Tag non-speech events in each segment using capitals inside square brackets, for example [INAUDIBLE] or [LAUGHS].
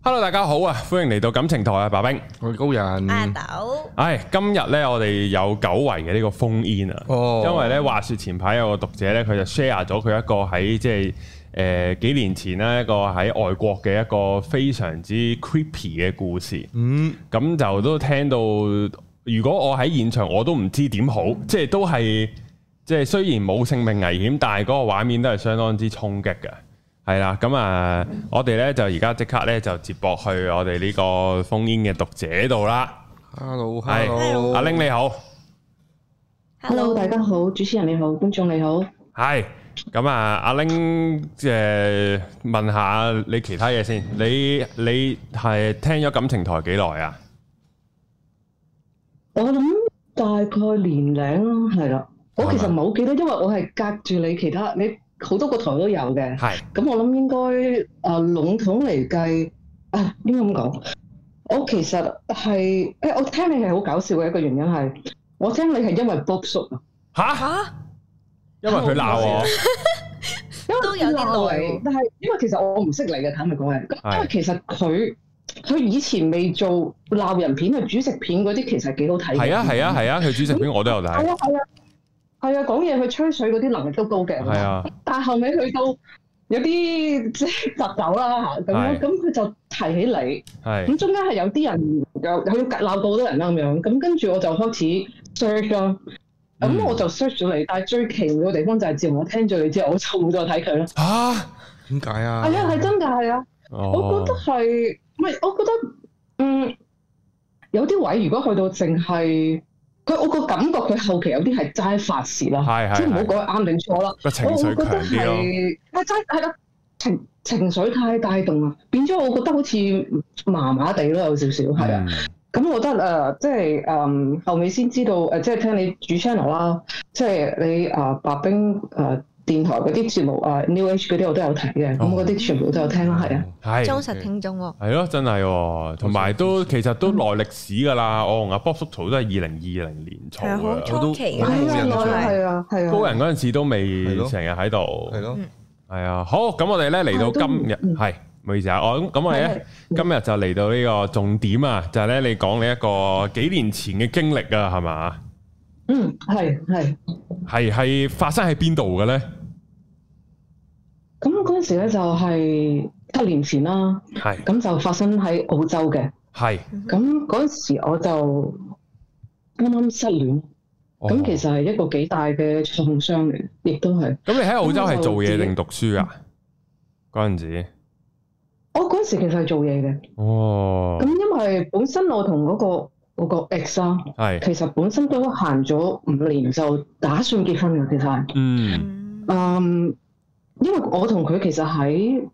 Hello，大家好啊，歡迎嚟到感情台啊，白冰。我高人，À, 阿豆，唉，今日咧我哋有久違嘅呢個封煙啊，哦因為咧話說前排有個讀者咧，佢就 share 咗佢一個喺即係誒、呃、幾年前咧一個喺外國嘅一個非常之 creepy 嘅故事，嗯，咁就都聽到，如果我喺現場我都唔知點好，即係都係即係雖然冇性命危險，但係嗰個畫面都係相當之衝擊嘅。係啦，咁啊，我哋咧就而家即刻咧就接駁去我哋呢個封煙嘅讀者度啦。 hello，hello，阿玲你好， Hello，大家好，主持人你好，觀眾你好。係咁啊，阿玲誒問下你其他嘢先，你你係聽咗感情台幾耐啊？我諗大概年零啦，係啦。我其實唔係好記得，因為我係隔住你其他，你好多個台都有嘅。係咁我諗應該誒、呃、籠統嚟計啊，應該咁講。我其實係誒、我聽你係好搞笑嘅一個原因係，我聽你係因為 Bob 叔啊，吓，吓因為佢鬧我，因為都有啲耐喎耐，但係因為其實我唔識你嘅，坦白講係。咁因為係其實佢佢以前未做鬧人片，佢主食片嗰啲其實幾好睇嘅。係啊係啊係啊，佢主席片我都有睇。係啊係啊，係啊，講嘢佢吹水嗰啲能力都高嘅。係啊，但係後尾去到有啲即係雜走啦咁係樣，咁佢就提起你，係咁中間係有啲人有佢鬧到好多人啊啦咁樣，咁跟住我就開始 search 啦。嗯咁我就 search 咗你，但係最奇妙嘅地方就係自從我聽咗你之後，我就冇再睇佢啦。吓，點解啊？係啊，係真㗎，係啊。哦我覺得係，唔係我覺得，嗯，有啲位如果去到淨係佢，我個感覺佢後期有啲係齋發泄啦，係係即係唔好講啱定錯啦。個我情我覺緒得強啲咯，係係真係啦，情情緒太帶動啦，變咗我覺得好似麻麻地咯，有少少係啊。嗯咁我覺得誒、呃即係誒、嗯後尾先知道誒、呃即係聽你主 channel 啦，即係你誒、呃白冰誒、呃、電台嗰啲節目啊、呃 New Age 嗰啲我都有睇嘅，咁哦嗰啲全部都有聽啦，係啊。係忠實聽眾喎，係咯，真係喎，同埋都其實都耐歷史㗎啦。我同阿 Bob 叔圖都係二零二零年做係啊好嘅，初期係我都冇啊，印耐象啦，係啊，係啊。高人嗰陣時都未係咯成日喺度係。咯，係啊，好，咁我哋咧嚟到今日嗯係。唔好意思啊，我咁咁我哋咧係今日就嚟到呢個重點啊，就係咧你講你一個幾年前嘅經歷啊，係嘛？嗯，係係。係係發生喺邊度嘅咧？咁嗰陣時咧就係七年前啦，係咁就發生喺澳洲嘅。係，咁嗰陣時我就啱啱失戀，哦咁其實係一個幾大嘅創傷嚟，亦都係。咁你喺澳洲係做嘢咁我定讀書啊？嗰陣時，我嗰陣時其實係做嘢嘅，哦咁，因為本身我同嗰、個。嗰個 ex 啊，係，其實本身都行咗五年就打算結婚嘅，其實係。嗯，嗯嗯，因為我同佢其實喺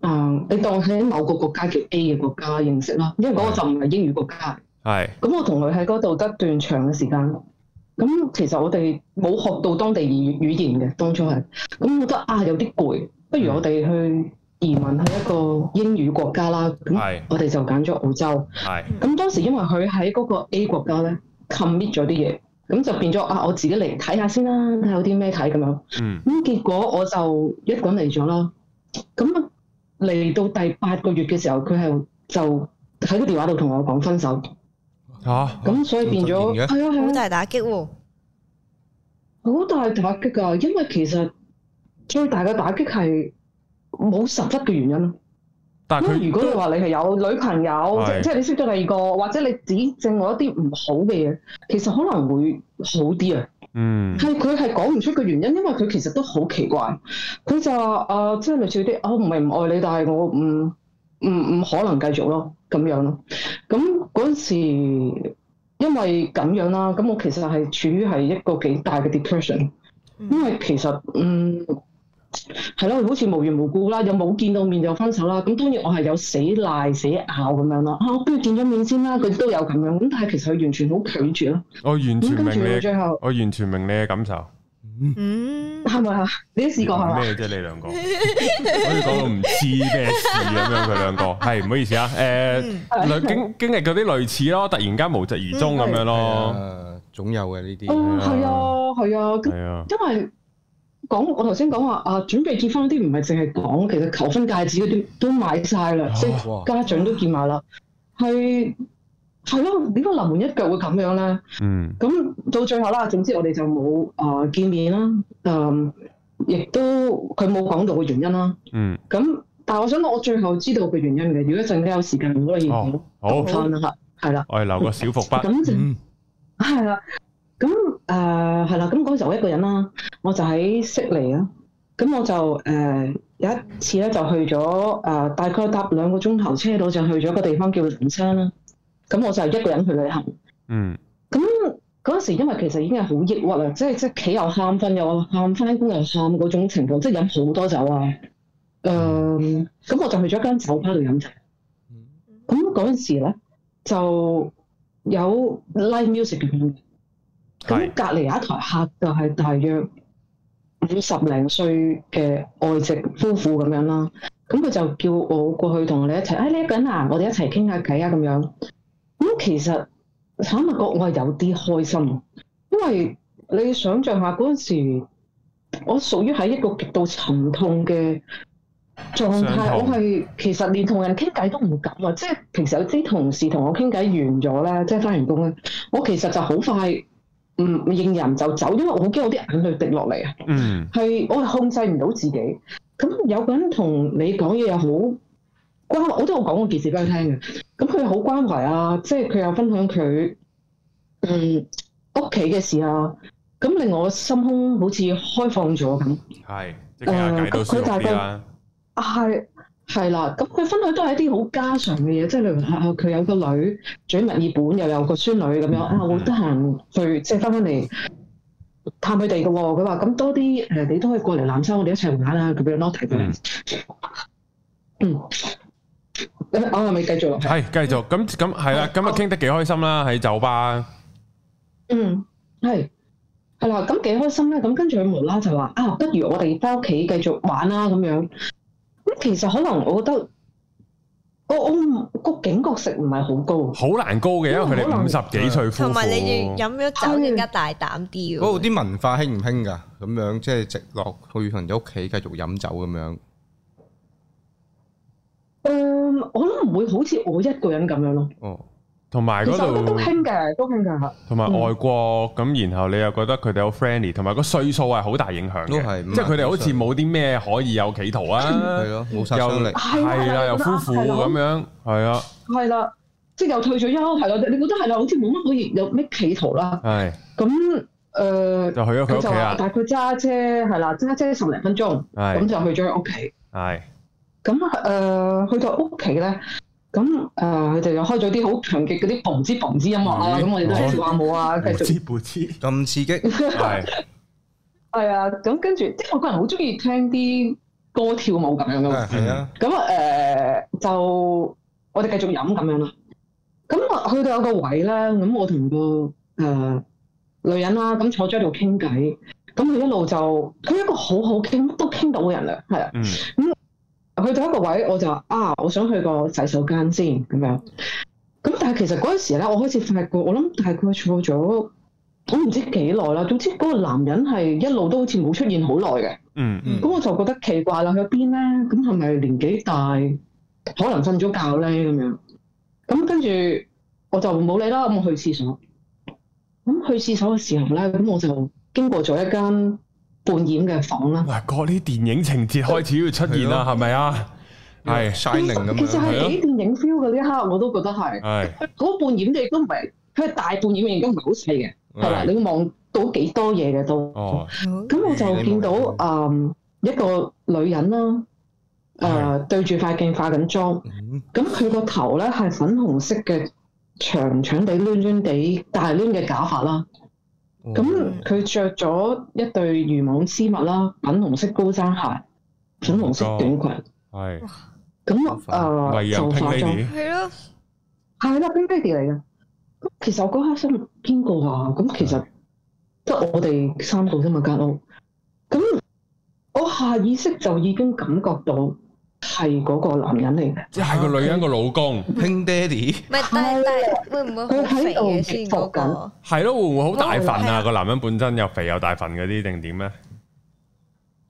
嗯，你當喺某個國家叫 A 嘅國家認識啦，因為嗰個就唔係英語國家。係，咁我同佢喺嗰度得段長嘅時間。咁其實我哋冇學到當地語語言嘅，當初係。咁覺得啊，有啲攰，不如我哋去移民去一個英語國家啦。咁係，我哋就揀咗澳洲。係，咁當時因為佢喺嗰個 A 國家咧 commit 咗啲嘢，咁就變咗啊，我自己嚟睇下先啦，睇下有啲咩睇咁樣。嗯，咁結果我就一個人嚟咗啦。咁啊嚟到第八個月嘅時候，佢係就喺個電話度同我講分手。吓，咁所以變咁咗突然係啊 Ừ. 好係啊，大打擊喎，好大打擊啊㗎。因為其實最大嘅打擊係冇實質嘅原因咯。但係因為啊佢如果你話你係有女朋友，係即即係你識咗第二個，或者你指正我一啲唔好嘅嘢，其實可能會好啲啊。嗯，係佢係講唔出個原因，因為佢其實都好奇怪。佢就話啊、即係類似啲，我唔係唔愛你，但係我唔唔唔可能繼續咯，咁樣咯。咁嗰陣時，因為咁樣啦，咁我其實係處於係一個幾大嘅 depression，因 Ừ. 為其實嗯係咯，好似無緣無故啦，又冇見到面就分手啦。咁當然我係有死賴死拗咁樣啦，啊我不如見咗面先啦，佢都有咁樣。咁但係其實佢完全好拒絕咯。我完嗯咁全跟明住到你，最後我完全明你嘅感受。嗯 Ừ. 嗯，係咪啊？你都試過係嘛？咩啫？你兩 [LAUGHS] 個，好似講到唔知咩事咁樣。佢 [LAUGHS] 兩個係唔好意思啊，Ừ. 誒，嗯類經經歷嗰啲類似咯，突然間無疾而終咁樣係咯，啊，總有嘅呢啲，哦，係啊，係啊，咁係啊，因為講我頭先講話啊，準備結婚嗰啲唔係淨係講，其實求婚戒指嗰啲都買晒啦，即係哇，家長都見埋啦，係係咯，點解臨門一腳會咁樣咧？嗯咁到最後啦，總之我哋就冇啊、呃、見面啦，誒、亦都佢冇講到嘅原因啦。嗯，咁但係我想講，我最後知道嘅原因嘅，如果陣間有時間，我可以哦講好，翻啦嚇，係啦，我哋留個小伏筆。咁就嗯係啦，咁誒係啦，咁嗰陣時我一個人啦，我就喺悉尼啊，咁我就誒、呃有一次咧就去咗誒、呃大概搭兩個鐘頭車到就去咗一個地方叫靈山啦，咁我就係一個人去旅行。嗯咁嗰陣時，因為其實已經係好抑鬱啊啦，即係即係企又喊，瞓又喊，翻工又喊嗰種情況，即係飲好多酒啊。誒、咁我就去咗間酒吧度飲酒。嗯咁嗰陣時咧就有 live music 嘅音樂，係咁隔離有一台客就係大約五十零歲嘅外籍夫婦咁樣啦。咁佢就叫我過去同你一齊，哎呢一個人啊，我哋一齊傾下偈啊咁樣。咁其實坦白講，我係有啲開心，啊因為你想象下嗰陣時，我屬於喺一個極度沉痛嘅狀傷痛態，我係其實連同人傾偈都唔敢啊！即係平時有啲同事同我傾偈完咗咧，即係翻完工咧，我其實就好快唔唔應人就走，因為我好驚我啲眼淚滴落嚟啊！嗯係我係控制唔到自己。咁有個人同你講嘢又好關，我都有講過件事俾佢聽嘅。咁佢又好關懷啊，即係佢又分享佢嗯屋企嘅事啊。咁令我心胸好似開放咗咁。係，即係傾下偈都舒服啲啦。啊係係啦，咁佢分享都係一啲好家常嘅嘢，即係例如啊，佢有個女住喺墨爾本，又有個孫女咁樣啊，好得閒去即係翻返嚟探佢哋嘅喎。佢話咁多啲誒、呃你都可以過嚟南沙，我哋一齊玩啊咁樣咯，大概。嗯嗯，咁我係咪繼續落去？係，繼續咁咁係啦，咁啊傾得幾開心啦，喺酒吧。嗯，係係啦，咁幾開心咧。咁跟住佢無啦就話啊，不如我哋翻屋企繼續玩啦咁樣。咁其實可能我覺得我我唔個警覺性唔係好高。好難高嘅，因為佢哋五十幾歲夫婦，同埋你要飲咗酒更加大膽啲嗰喎。度啲文化興唔興㗎？咁樣即係直落去人哋屋企繼續飲酒咁樣。誒、嗯我諗唔會好似我一個人咁樣咯。哦，同埋其嗰實我覺得都度，興嘅，都興嘅。啊同埋外國咁，然後你又覺得佢哋好 friendly，同埋個歲數係好大影響都嘅，係即係佢哋好似冇啲咩可以有企圖啊係，咯，冇殺傷力。係係啦係啦啦，又夫婦咁樣，係啊，係啦，即係又退咗休，係啦。你覺得係啦，好似冇乜可以有咩企圖啦。係咁誒，呃就去咗佢、佢屋企啊就話啦，大概揸車係啦，揸車十零分鐘，係咁就去咗佢屋企。係咁誒、呃去到屋企咧，咁誒呃佢哋又開咗啲好強極嗰啲嘣之嘣之音樂啦。嗯咁我哋都哦係跳下舞啊，繼續不知，咁刺激，係 [LAUGHS] 係啊。咁跟住，即係我個人好中意聽啲歌跳舞咁樣噶嘛。係啊，咁啊誒就我哋繼續飲咁樣啦。咁啊去到有個位咧，咁我同個誒、呃女人啦，咁坐咗喺度傾偈。咁佢一路就佢係一個好好傾都傾到嘅人嚟，係啊。嗯去到一個位我就話啊，我想去個洗手間先咁樣。咁但係其實嗰陣時咧，我開始發覺，我諗大概坐咗我唔知幾耐啦。總之嗰個男人係一路都好似冇出現好耐嘅。嗯嗯咁，我就覺得奇怪啦，去咗邊咧？咁係咪年紀大，可能瞓咗覺咧咁樣？咁跟住我就冇理啦，咁我去廁所。咁去廁所嘅時候咧，咁我就經過咗一間半掩嘅房啦。哇！嗰啲電影情節開始要出現啦，係咪啊？係 shining 咁其實樣，啊係咯係幾電影 feel 嘅呢一刻，我都覺得係。係嗰半掩嘅亦都唔係，佢係大半掩嘅亦都唔係好細嘅，係啦，係你會望到幾多嘢嘅都。哦，好咁我就見到你冇誒、嗯一個女人啦，誒、對住塊鏡化緊妝。嗯咁佢個頭咧係粉紅色嘅長長地、攣攣地、大攣嘅假髮啦。哦咁佢着咗一對漁網絲襪啦，粉紅色高踭鞋，粉紅色短裙。係咁好惠誒陽就 Pink 化妝， Lady，係咯，係啦，Pink Lady 嚟嘅。咁其實我嗰刻心諗邊個啊？咁其實得我哋三個啫嘛間屋。咁我下意識就已經感覺到係嗰個男人嚟嘅。即係個女人個老公， Pink Daddy，唔係，但係但係會唔會好肥嘅先佢喺度嗰服個緊？係咯，會唔會好大份係啊？啊個男人本身又肥又大份嗰啲定點咧？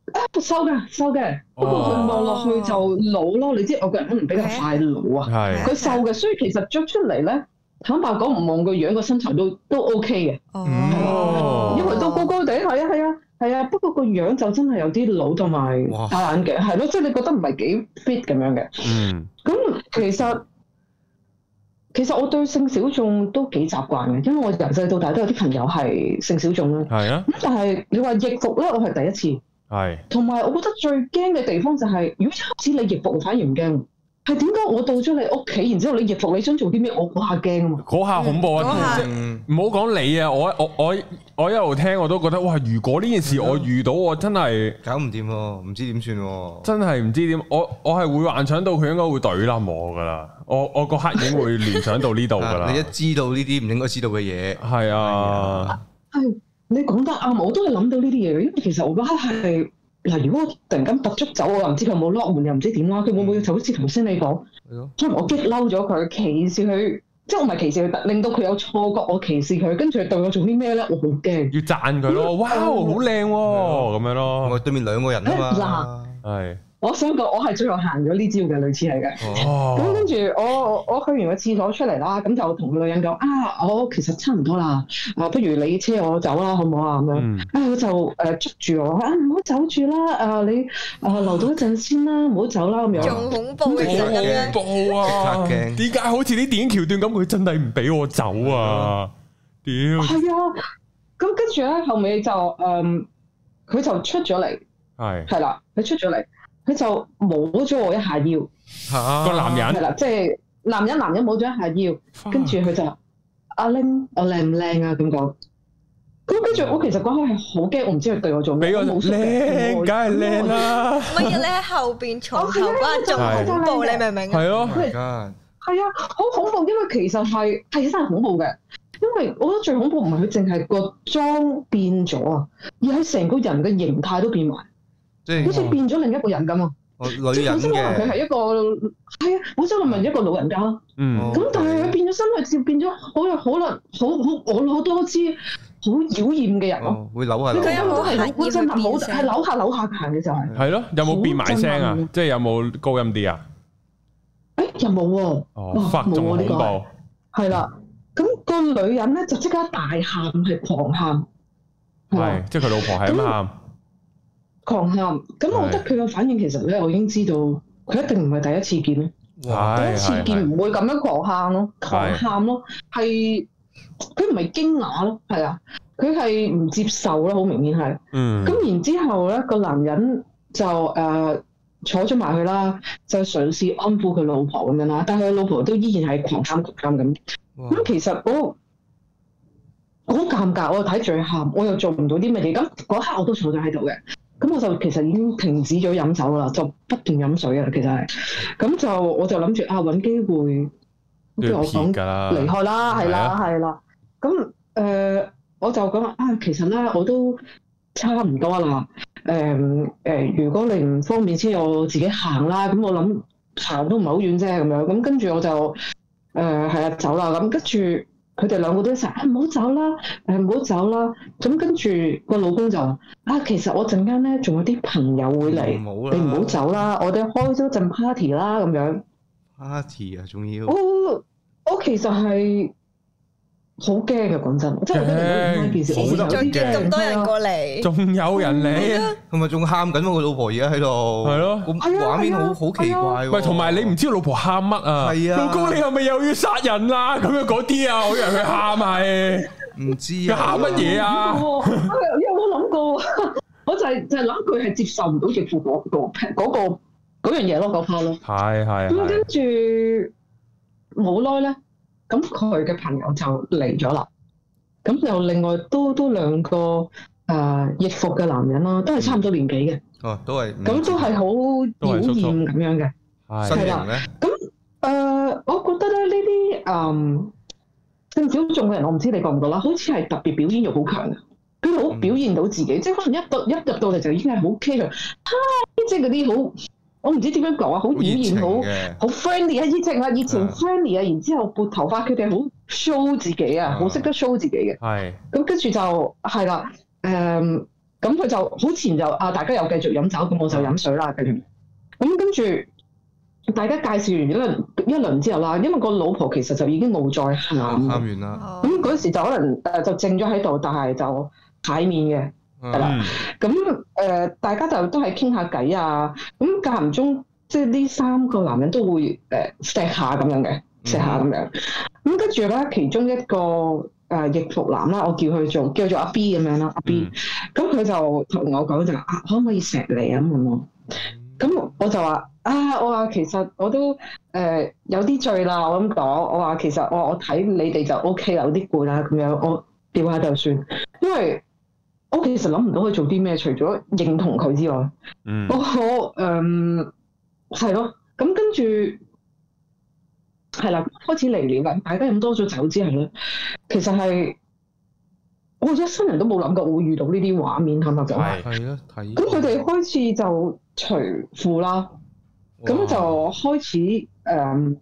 啊瘦嘅瘦嘅，不過佢望落去就老咯。你知我個人可能比較快老啊，係 [LAUGHS] 佢瘦嘅，所以其實着出嚟咧，坦白講唔望個樣個身材都都 OK 哦嘅，哦，因為都高高地，係啊係啊係啊。不過個樣就真係有啲老同埋哇戴眼鏡，係咯，即係你覺得唔係幾 fit 咁樣嘅。嗯咁其實其實我對性小眾都幾習慣嘅，因為我由細到大都有啲朋友係性小眾啦。係啊咁但係你話易服咧，我係第一次，係同埋我覺得最驚嘅地方就係、如果一開始你易服，我反而唔驚。係點解我到咗你屋企，然之後你易服，你想做啲咩？我嗰下驚啊嘛！嗰下恐怖嗰啊！下即嗯唔好講你啊，我我我我一路聽我都覺得哇！如果呢件事我遇到，我真係搞唔掂喎，唔知點算喎。真係唔知點，我我係會幻想到佢應該會懟冧我噶啦，我我個黑影會聯想到呢度噶 [LAUGHS] 啊啦你一，知道呢啲唔應該知道嘅嘢，係啊，你講得啱，我都係諗到呢啲嘢嘅，因為其實我嗰刻係嗱，如果我突然間拔足走，我又唔知佢有冇 lock 門，又唔知點啦，佢會唔會就好似頭先你講？係咯，可能我激嬲咗佢，歧視佢，即係我唔係歧視佢，但令到佢有錯覺，我歧視佢，跟住佢對我做啲咩咧？我好驚。要讚佢咯，哇，好靚喎，咁樣我咯，對面兩個人啊嘛。係，我想講，我係最後行咗呢招嘅，類似係嘅。哦咁哦跟，住我我去完個廁所出嚟啦，咁就同個女人講啊，我其實差唔多啦，啊不如你車我走啦，好唔好啊？咁樣。嗯，啊！佢就誒捉住我啊，唔好走住啦！啊，你啊留到一陣先啦，唔好走啦咁樣。仲恐怖啊嘅，其實咁好樣，恐怖啊！即刻驚點解好似啲電影橋段咁，佢真係唔俾我走啊？屌，係啊，咁跟住咧後尾就誒，嗯佢、就出咗嚟，係係啦，佢出咗嚟，佢就摸咗我一下腰，嚇個男係人，啦，即係男人男人摸咗一下腰，哦跟住佢就話阿玲，我靚唔靚啊？咁講。咁跟住我其實嗰刻係好驚，我唔知佢對我做咩，俾個我冇縮嘅靚，梗係靚。啦，唔係啊，你喺後邊從頭嗰個仲恐怖，你明唔明啊？係咯， Oh my god，係啊，好恐怖，因為其實係係真係恐怖嘅。因為我覺得最恐怖唔係佢淨係個妝變咗啊，而係成個人嘅形態都變埋，即好似係變咗另一個人咁啊！我即嗯女係人本身可能佢嘅係一個係啊，本身我問一個老人家啦。嗯，咁但係 OK 佢變咗身佢就變咗好有可能好好我攞多支好妖豔嘅人咯。哦，會扭下你扭佢睇下有冇我下。係係本身係好刻意去變係聲扭下扭下行嘅就係，係咯，有冇變埋聲好震啊撼？即係有冇高音啲啊？誒又冇哦哇 à? ，fuck，仲冇恐啊呢個怖，喎，係啦。咁個女人咧就即刻大喊，係狂喊，係係，即係佢老婆係咁喊，狂喊。咁我覺得佢個反應其實咧，我已經知道佢一定唔係第一次見咯，哇第係一次係見係，唔會咁樣狂喊咯，狂係喊咯，係佢唔係驚訝咯，係啊，佢係唔接受咯，好明顯係。嗯，咁然之後咧，個男人就誒、呃坐咗埋去啦，就嘗試安撫佢老婆咁樣啦，但係佢老婆都依然係狂喊狂喊咁。哇咁其實我我好尷尬，我睇住佢喊，我又做唔到啲乜嘢。咁嗰刻我都坐咗喺度嘅，咁我就其實已經停止咗飲酒啦，就不斷飲水啦，其實係。咁就我就諗住啊，揾機會，都不如要我撇講㗎啦，離開啦，係係啦啊，係啦。咁誒、呃我就講話啊，其實咧我都差唔多啦。誒、誒、如果你唔方便先，我自己行啦。咁我諗行都唔係好遠啫，咁樣。咁跟住我就誒係啊，走啦。咁跟住佢哋兩個都一齊啊，唔好走啦，誒唔好走啦。咁跟住個老公就話啊，其實我陣間咧仲有啲朋友會嚟，唔好啦，你唔好走啦，我哋開咗陣 party 啦，咁樣。 party 啊，仲要我我其實係好驚嘅，講真，即係我覺得如果呢件事，我會有仲啲要咁多人係啊過嚟，仲有人嚟，同埋仲喊緊喎，佢老婆而家喺度，係咯個係啊畫面係啊好好奇怪喎。喂，同埋你唔知老婆喊乜啊？係啊老公你係咪又要殺人啦？咁樣嗰啲啊，我以為佢喊係，唔知佢啊，喊乜嘢啊？我 [LAUGHS] 有冇諗過？我就係就係諗佢係接受唔到逆父嗰個嗰個嗰樣嘢咯，嗰 part 咯。係係咁跟係，住冇耐咧，咁佢嘅朋友就嚟咗啦。咁又另外都都兩個誒逆服嘅男人啦，都係差唔多年紀嘅，哦，都係唔咁都係嗯都好係妖叔叔豔咁樣嘅。身係係形咧，誒、呃我覺得咧呢啲誒性小眾嘅人，我唔知你覺唔覺啦，好似係特別表演欲好強嘅，佢嗯哋好表現到自己，即係可能一到一入到嚟就已經係好 care，即係嗰啲好，我唔知點樣講啊，好好表熱情現好嘅，好 friendly 啊，熱情啊，熱情啊 friendly 啊，然之後撥頭髮，佢哋好嗯 show 自己啊，好識得 show 自己嘅，係咁跟住就係啦，誒、咁佢就好前就啊，大家又繼續飲酒，咁我就飲水啦，繼續。咁跟住大家介紹完一輪一輪之後啦，因為個老婆其實就已經冇再喊，啱咁完啦，哦嗰時就可能誒、呃就靜咗喺度，但係就牌面嘅。係啦嗯嗯咁誒、呃大家就都係傾下偈啊。咁間唔中，即係呢三個男人都會誒錫、下咁樣嘅，錫下咁樣。咁跟住咧，其中一個誒、呃、逆服男啦，我叫佢做叫做阿 B 咁樣啦，阿 B。咁佢、就同我講就話啊，可唔可以錫你啊咁樣咯。咁我就話啊，我話其實我都誒、呃有啲醉啦，我咁講，我話其實我我睇你哋就 O K 啦，有啲攰啦咁樣，我掉下就算，因為我其實諗唔到佢做啲咩，除咗認同佢之外，嗯我我誒哦嗯係咯，咁跟住係啦，開始嚟了啦，大家飲多咗酒之後咧，其實係我一生人都冇諗過會遇到呢啲畫面，係咪咁？係係啊，睇咁佢哋開始就除褲啦。咁就開始誒、嗯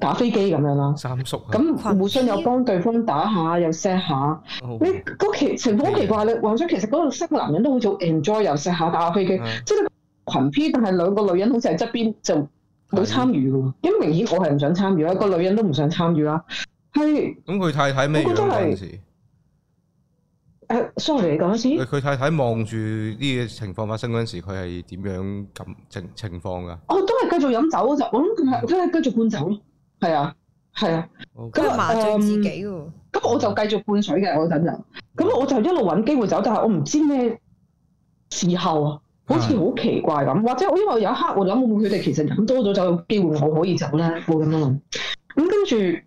打飛機咁樣啦。三叔啊，咁互相又幫對方打下，又錫下。哦你嗰期情況好奇怪，你幻想其實嗰度識男人都好似好 enjoy 又錫下打下飛機，啊即係群 P，但係兩個女人好似喺側邊就冇參與嘅喎。因為明顯我係唔想參與啊啦，個女人都唔想參與啦。係咁佢太太咩樣我覺得係嗰陣時？誒、s o r r y 呃你講一次佢。佢太太望住呢嘢情況發生嗰陣時，佢係點樣感情情況噶？我哦都係繼續飲酒嗰陣，我諗佢係佢係繼續灌酒咯。係啊，係啊。佢咁係麻醉自己喎，咁我就繼續灌水嘅嗰陣就，咁我就一路揾機會走，但係我唔知咩時候啊，好似好奇怪咁，或者我因為我有一刻我諗會唔會佢哋其實飲多咗酒，有機會我可以走咧，會咁樣諗。咁跟住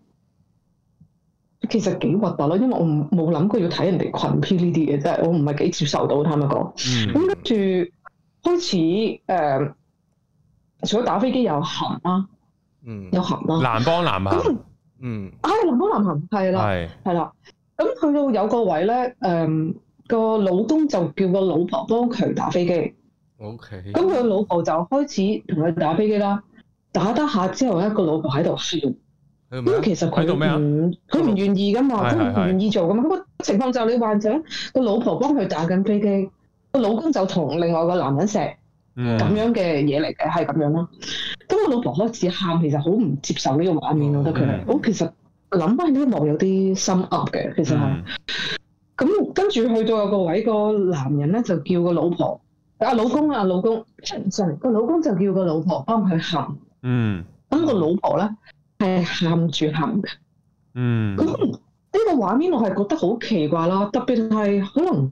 其實幾核突咯，因為我唔冇諗過要睇人哋群 P 呢啲嘢，真係我唔係幾接受到，坦白講。嗯咁跟住開始誒、呃除咗打飛機有含啦，嗯有含啦。男幫男行咁嗯，唉，男好男含係啦。係係啦，咁去到有個位咧，誒、個老公就叫個老婆幫佢打飛機， O K，咁佢老婆就開始同佢打飛機啦。打得下之後咧，個老婆喺度笑，因佢為咩其實佢喺度咩啊唔佢唔願意噶嘛，係佢係係唔願意做噶嘛。咁個情況就係你幻想個老婆幫佢打緊飛機，個老公就同另外個男人錫嗯咁樣嘅嘢嚟嘅，係咁樣咯。咁個老婆開始喊，其實好唔接受呢個畫面，我覺得佢係嗯。我其實諗翻呢一幕有啲心噏嘅，其實係。嗯咁跟住去到有個位，個男人咧就叫個老婆，啊老公啊老公，sorry，個老公就叫個老婆幫佢喊，嗯咁、個老婆咧係喊住喊嘅。嗯咁呢個畫面我係覺得好奇怪啦，特別係可能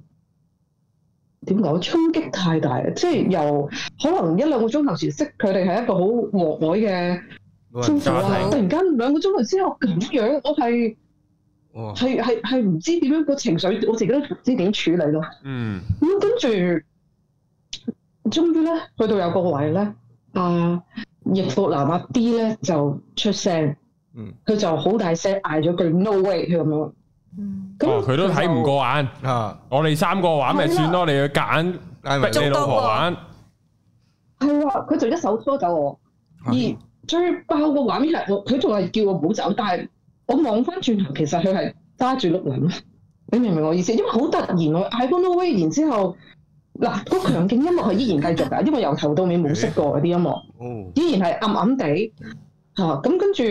點講衝擊太大啊，即係由可能一兩個鐘頭前識佢哋係一個好和藹嘅老夫人婦家家庭啊，突然間兩個鐘頭之後咁樣，我係哇，係係係唔知點樣個情緒，我自己都唔知點處理咯。嗯咁跟住，終於咧去到有個位咧，啊易服男阿 D 咧啊就出聲，嗯，佢就好大聲嗌咗句 no way 佢咁樣，嗯咁哦佢都睇唔就，哦過眼，啊，我哋三個玩咪算咯，你要夾硬嗌埋逼你仲老婆玩，係啊，佢就一手拖走我，而係最爆個畫面係我，佢仲係叫我唔好走，但係我望翻轉頭，其實佢係揸住碌撚，你明唔明我意思？因為好突然我嗌個 no way，然之後嗱個強勁音樂係依然繼續㗎，因為由頭到尾冇熄過嗰啲音樂。哦，依然係暗暗地嚇，啊咁、跟住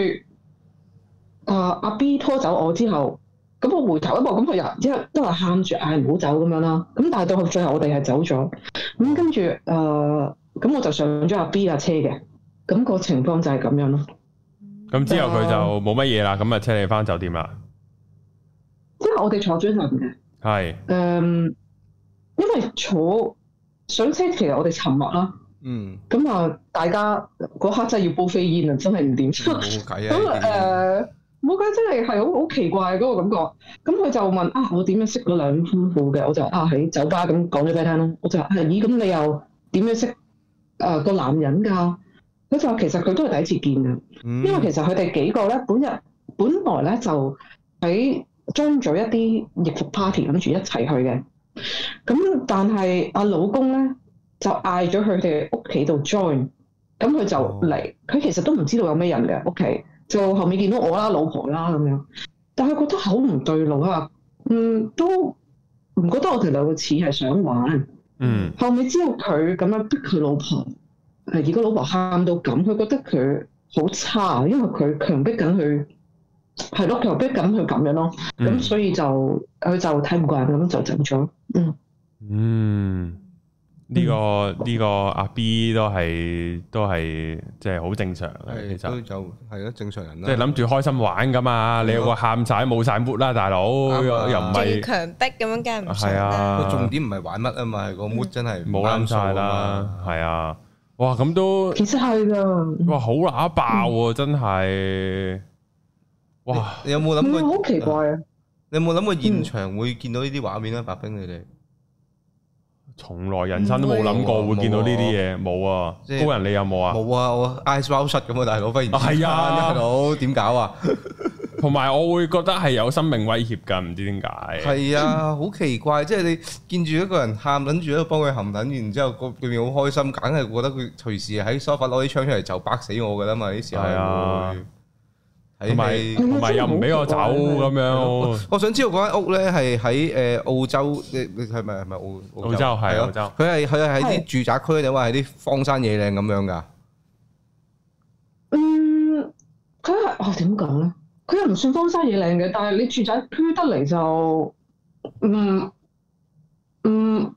啊阿 B 拖走我之後，咁我回頭一望，咁佢又即係都係喊住嗌唔好走咁樣啦。咁但係到最後我哋係走咗，咁跟住誒，呃咁、我就上咗阿 B 架車嘅，咁、個情況就係咁樣咯。咁之後佢就冇乜嘢啦，咁啊車你翻酒店啦，之後我哋坐咗陣嘅，誒、係因為坐上車其實我哋沉默啦，嗯，咁啊大家嗰刻真係要煲飛煙啊，真係唔掂。冇計咁呃啊，誒冇計，真係係好好奇怪嗰、個感覺。咁佢就問啊，我點樣識嗰兩夫婦嘅？我就啊喺酒吧咁講咗俾佢聽咯。我就話啊咦，咁你又點樣識誒、呃個男人㗎？佢就話其實佢都係第一次見嘅，因因為其實佢哋幾個咧，本日本來咧就喺將咗一啲易服 party 諗住一齊去嘅。咁但係阿老公咧就嗌咗佢哋屋企度 join，咁佢就哦嚟。佢、其實都唔知道有咩人嘅屋企，就後面見到我啦、老婆啦咁樣。但係覺得好唔對路啊！嗯，都唔覺得我哋兩個似係想玩。嗯後尾知道佢咁樣逼佢老婆，誒而個老婆喊到咁，佢覺得佢好差，因為佢強迫緊佢，係咯，強迫緊佢咁樣咯。咁、嗯所以就佢就睇唔慣，咁就整咗。嗯，嗯，呢個呢個阿 B 都係都係即係好正常嘅，其係都實有係咯，正常人啦。即係諗住開心玩噶嘛，你有個喊晒冇晒 mood 啦，大佬啱啊又唔仲要係強迫咁樣，梗係唔係想啦。啊，個重點唔係玩乜啊嘛，係個 mood 真係唔冇啱啱數啊晒啦，嘛。係啊，哇咁都其實係㗎。哇好乸爆喎，真係哇！你有冇諗唔過？係好奇怪啊！你有冇諗過現場會見到呢啲畫面咧？白冰你哋從來人生都冇諗過會見到呢啲嘢，冇啊！即係高人你有冇啊？冇啊！我 eyes w o w 塞咁啊，大佬，忽然之間係啊大佬點搞啊？同埋我會覺得係有生命威脅㗎，唔知點解。係啊，好奇怪，即係你見住一個人喊，諗住喺度幫佢含撚，然之後個裏面好開心，梗係覺得佢隨時喺梳化攞啲槍出嚟就崩死我㗎啦嘛！呢時候係啊會同埋睇戲同埋又唔俾我走咁我樣，我想知道嗰間屋咧係喺誒呃澳洲，你你係咪係咪澳澳洲係啊澳洲佢係佢係喺係啲住宅區定話係啲荒山野嶺咁樣㗎？嗯，佢係哦點講咧？佢又唔算荒山野嶺嘅，但係你住宅區得嚟就嗯嗯，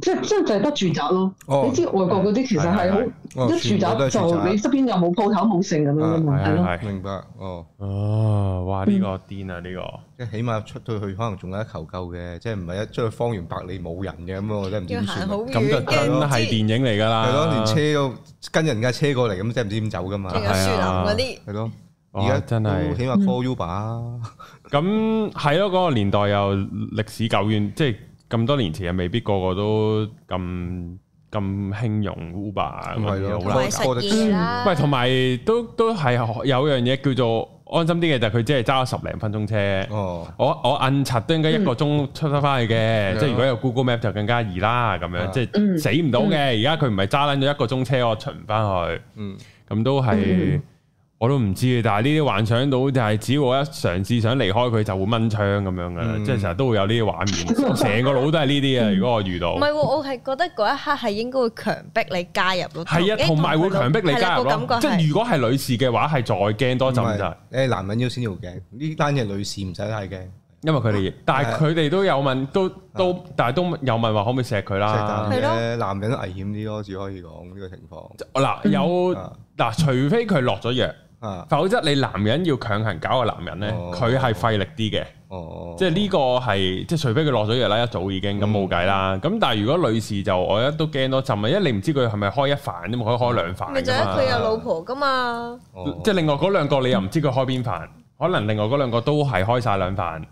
即係真係就係得住宅咯。哦你知外國嗰啲其實係好係啊哦一住全部都宅係就你側邊又冇鋪頭冇剩咁樣噶嘛，係咯。係係明白哦，哦，哇！呢個癲啊，呢個即係起碼出到去可能仲有一求救嘅，即係唔係一出去方圓百里冇人嘅咁，我真係唔知要點算行啊好。咁就遠，真跟住係電影嚟㗎啦。係咯，連車都跟人架車過嚟咁，真係唔知點走噶嘛。仲係有啊樹林嗰啲，係咯，哇而家真都係起碼 call Uber [LAUGHS] 啊咁係咯，嗰個年代又歷史久遠，即係咁多年前又未必個個都咁咁輕容 Uber 咁係樣咯好同啦。埋實嘢啦。喂，同埋都都係有樣嘢叫做安心啲嘅，就係佢只係揸咗十零分鐘車。哦，我我摁柒都應該一個嗯鐘出得翻去嘅，嗯即係如果有 Google Map 就更加易啦，咁樣嗯即係死唔到嘅。嗯而家佢唔係揸撚咗一個鐘車，我出唔翻去，嗯，咁都係嗯我都唔知嘅。但係呢啲幻想到就係只要我一嘗試想離開佢就會掹槍咁樣嘅，嗯即係成日都會有呢啲畫 [LAUGHS] 面，我成個腦都係呢啲啊。如果我遇到唔，係喎，我係覺得嗰一刻係應該會強迫你加入咯。係啊，同埋會強迫你加入係啦個咯。感覺即係係如果係女士嘅話，係再驚多唔陣就係係。你係男人要先要驚，呢單嘢女士唔使太驚。因為佢啊哋，但係佢哋都有問，都都，但係都有問話可唔可以錫佢啦即。係係咯咧，男人危險啲咯，只可以講呢個情況嗱，有嗯啊嗱，除非佢落咗藥，啊，否則你男人要強行搞個男人咧，哦佢係費力啲嘅，哦，即係呢個係即係除非佢落咗藥啦，一早已經咁嗯冇計啦。咁但係如果女士就我一都驚多陣啊，因為你唔知佢係咪開一飯啫嘛，可以開兩咪飯就係㗎嘛佢有老婆噶嘛，哦即係另外嗰兩個你又唔知佢開邊飯，可能另外嗰兩個都係開晒兩飯，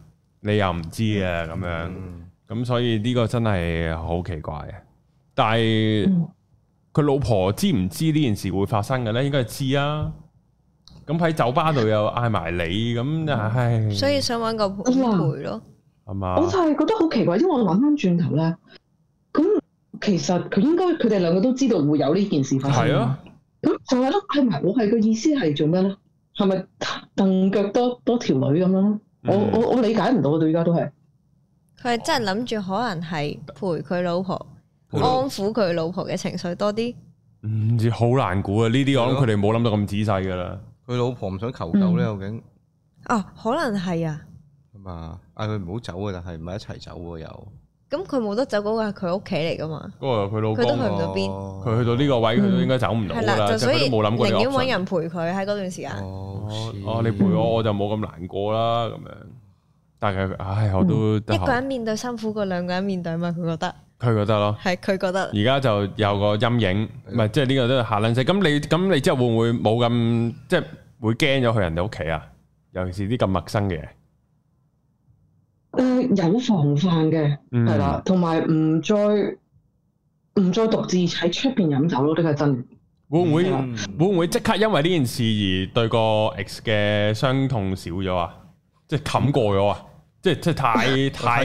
你又唔知啊嘅咁樣。嗯咁所以呢個真係好奇怪嘅，但係嗯佢老婆知唔知呢件事會發生嘅咧？應該係知啊。咁喺酒吧度又嗌埋你，咁唉，嗯所以啊想揾個陪陪咯。係嘛我？就係覺得好奇怪，因為我諗翻轉頭咧，咁其實佢應該佢哋兩個都知道會有呢件事發生。係啊，咁就係咯，嗌埋我係個意思係做咩咧？係咪蹬腳多多條女咁樣咧？我嗯我我理解唔到，啊到而家都係。佢係真係諗住可能係陪佢老婆，陪安老撫佢老婆嘅情緒多啲。嗯唔知好難估啊！呢啲我諗佢哋冇諗到咁仔細噶啦。佢老婆唔想求救咧，嗯究竟哦，可能係啊。係嘛？嗌佢唔好走啊，但係唔係一齊走喎又。咁佢冇得走嗰個係佢屋企嚟噶嘛？嗰個佢老佢都去公，唔到邊哦佢去到呢個位，佢都應該走唔到係㗎啦，啦，就即所係佢以都冇諗過呢個寧願揾 option。人陪佢喺嗰段時間。哦哦，哦，你陪我我就冇咁難過啦，咁樣。但係佢唉，我都得一個閒人面對辛苦過兩個人面對嘛，佢覺得佢覺得咯。係佢覺得而家就有個陰影，唔係即係呢個都係下撚死。咁你咁你之後會唔會冇咁即係會驚咗去人哋屋企啊？尤其是啲咁陌生嘅嘢，誒、有防範嘅，嗯係啦，同埋唔再唔再獨自喺出邊飲酒咯，呢個係真嘅。會唔會嗯會唔會即刻因為呢件事而對個 ex 嘅傷痛少咗啊？即係冚過咗啊！即係即係 [LAUGHS] 太太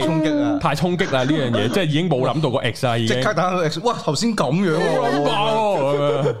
太衝擊啊啦！太衝擊啦呢樣嘢，即係已經冇諗到個 ex 啊啦，已經啊啊即刻打去 X，哇！頭先咁樣喎，哇咁樣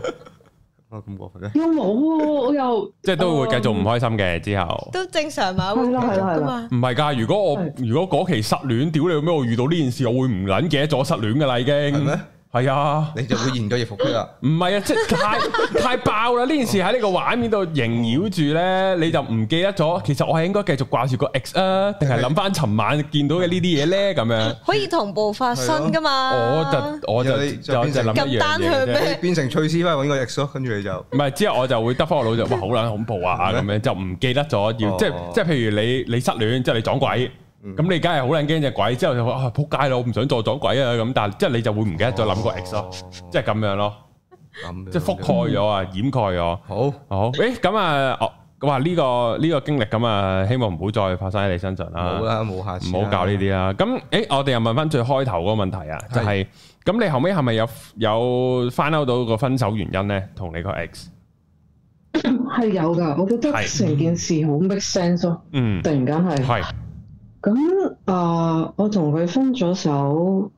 我咁過分嘅，又冇喎，我又即係都會繼續唔開心嘅之後。都正常嘛，會啊係繼續啦係啦係噶啦嘛。唔係㗎，如果我如果嗰期失戀，屌你咩？我遇到呢件事，我會唔撚記得咗失戀㗎啦，已經係咩？係啊，你就會研究葉復辟啦。唔係啊，即係太太爆啦！呢件事喺呢個畫面度縈繞住咧，你就唔記得咗。其實我係應該繼續掛住個 X 啊，定係諗翻尋晚見到嘅呢啲嘢咧？咁樣，可以同步發生噶嘛？我就我就有啲就就諗一咁樣單嘢向啫。咩？變成翠絲翻揾個 X 咯，跟住你就唔係之後我就會得翻我腦就哇好撚恐怖啊咁樣，就唔記得咗要哦即係即係譬如你你失戀之後你撞鬼，嗯咁你梗係好撚驚只鬼，之後就話啊仆街啦，我唔想再撞鬼啊咁，但係即係你就會唔記得咗諗個 X 咯，即係咁樣咯，咁即係覆蓋咗啊，掩蓋咗。好好，誒咁啊，哦，哇呢個呢個經歷咁啊，希望唔好再發生喺你身上啦。冇啦，冇下次唔啦好搞呢。啲啦。咁誒，我哋又問翻最開頭嗰個問題啊，就係咁你後尾係咪有有翻歐到個分手原因咧？同你個 X，係有㗎，我覺得係成件事好 make sense 咯，嗯，突然間係。係。咁啊、我同佢分咗手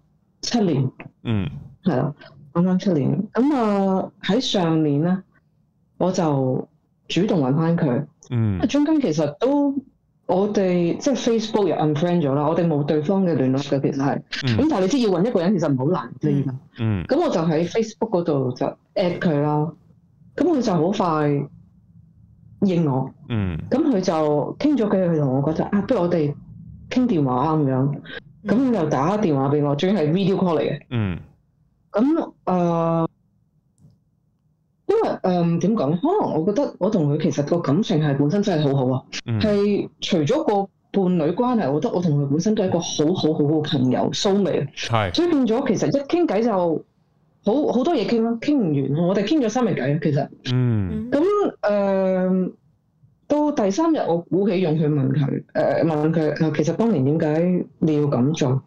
七年，嗯係啦，啱啱七年。咁啊喺上年咧，我就主動揾翻佢。嗯中間其實都我哋即係 Facebook 又 unfriend 咗啦，我哋冇對方嘅聯絡嘅，其實係。咁、嗯但係你知要揾一個人其實唔好難啫，而家。嗯咁我就喺 Facebook 嗰度就 at 佢啦。咁佢就好快應我。嗯咁佢就傾咗佢，佢同我講就啊，不如我哋傾電話啊咁樣。咁佢就打電話俾我，仲要係 video call 嚟嘅。嗯咁誒、呃因為誒嗯點講？可能我覺得我同佢其實個感情係本身真係好好啊，嗯係、除咗個伴侶關係，我覺得我同佢本身都係一個好好好好嘅朋友，蘇眉。係所以變咗其實一傾偈就好好多嘢傾啦，傾唔完。我哋傾咗三日偈，其實。嗯咁誒、到第三日，我鼓起勇氣問佢，誒、問佢啊其實當年點解你要咁做？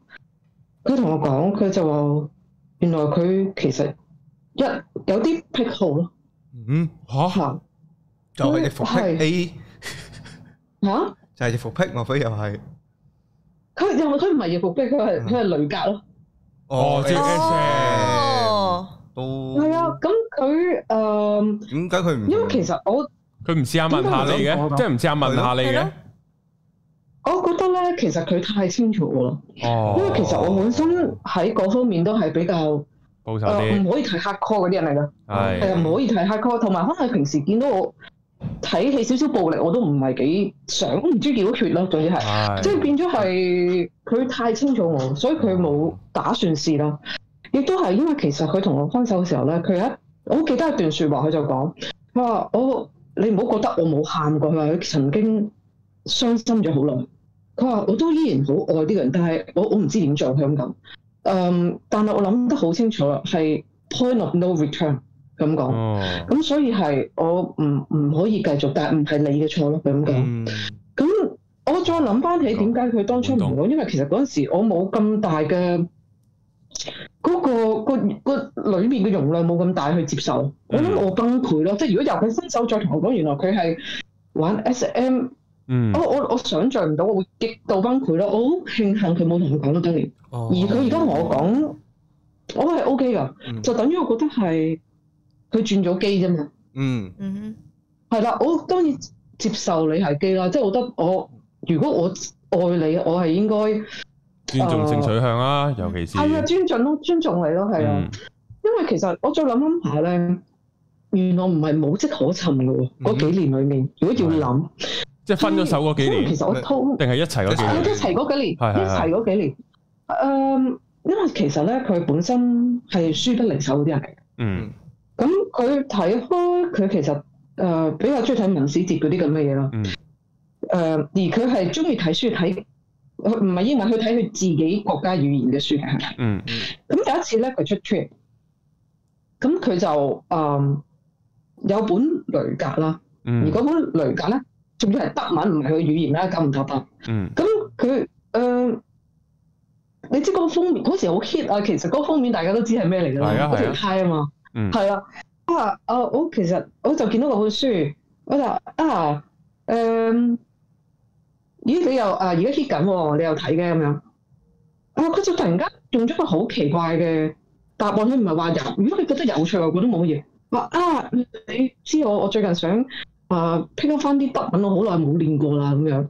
佢同我講，佢就話原來佢其實一有啲癖好咯嗯，吓嚇就係葉復係辟 A，嚇，就係葉復辟，莫非又係？佢又佢唔係夜服癖，佢係嗯佢係女格咯，哦即係 SM 哦，嗯都係啊，咁佢誒，點解佢唔？因為其實我佢唔試下問下你嘅，嗯即係唔試下問下你嘅，我覺得咧，其實佢太清楚我咯，因為哦，其實我本身喺嗰方面都係比較保守誒啲，唔可以睇 hard core 嗰啲人嚟㗎。係係啊，唔可以睇 hard core，同埋可能平時見到我睇戲少少暴力，我都唔係幾想，唔知叫血咯，總之係，即係係變咗係佢太清楚我，所以佢冇打算試啦。亦都係因為其實佢同我分手嘅時候咧，佢有一我好記得一段説話，佢就講：佢話我你唔好覺得我冇喊過，佢話佢曾經傷心咗好耐。佢話我都依然好愛呢個人，但係我我唔知點做，佢咁講。嗯，但係我諗得好清楚啦，係 point of no return 咁講。哦咁所以係我唔唔可以繼續，但係唔係你嘅錯咯，佢咁講。嗯咁、我再諗翻起點解佢當初唔講，因為其實嗰陣時我冇咁大嘅嗰、個個個裡面嘅容量冇咁大去接受，我諗我崩潰咯。即係如果由佢分手再同我講，原來佢係玩 S.M，嗯我我我想像唔到，我會極度崩潰咯。我好慶幸佢冇同我講咯，當年。哦而佢而家同我講，我係 O.K. 噶，嗯就等於我覺得係佢轉咗機啫嘛。嗯嗯係啦，我當然接受你係基啦，即係我覺得我如果我愛你，我係應該尊重性取向啊，尤其是係啊尊重咯，尊重你咯，係啊，嗯因為其實我再諗諗下咧，原來唔係冇跡可尋嘅喎，嗯嗰幾年裏面，如果要諗，即係分咗手嗰幾因為年，其實我偷定係一齊嗰幾係年一齊嗰幾年，一係係係齊嗰幾年，誒，因為其實咧佢本身係書不離手嗰啲人嚟嘅，嗯咁佢睇開佢其實誒比較中意睇文史哲嗰啲咁嘅嘢啦。嗯誒、而佢係中意睇書睇，佢唔係英文，佢睇佢自己國家語言嘅書嘅。嗯咁有一次咧，佢出 trip，咁佢就誒、嗯有本雷格啦，而嗯嗰本雷格咧，仲要係德文，唔係佢語言啦，九唔搭八。嗯咁佢誒，你知嗰個封面嗰時好 hit 啊，其實嗰個封面大家都知係咩嚟㗎係啦啊，嗰係條啊 tie 啊嘛。嗯係啊，啊啊！我其實我就見到嗰本書，我就啊誒、嗯咦你又啊而家 hit 緊喎，你又睇嘅咁樣。啊！佢就突然間用咗個好奇怪嘅答案，佢唔係話有，如果佢覺得有趣，我覺得冇嘢。話啊，你知我我最近想啊 pick up 翻啲德文，我好耐冇練過啦咁樣。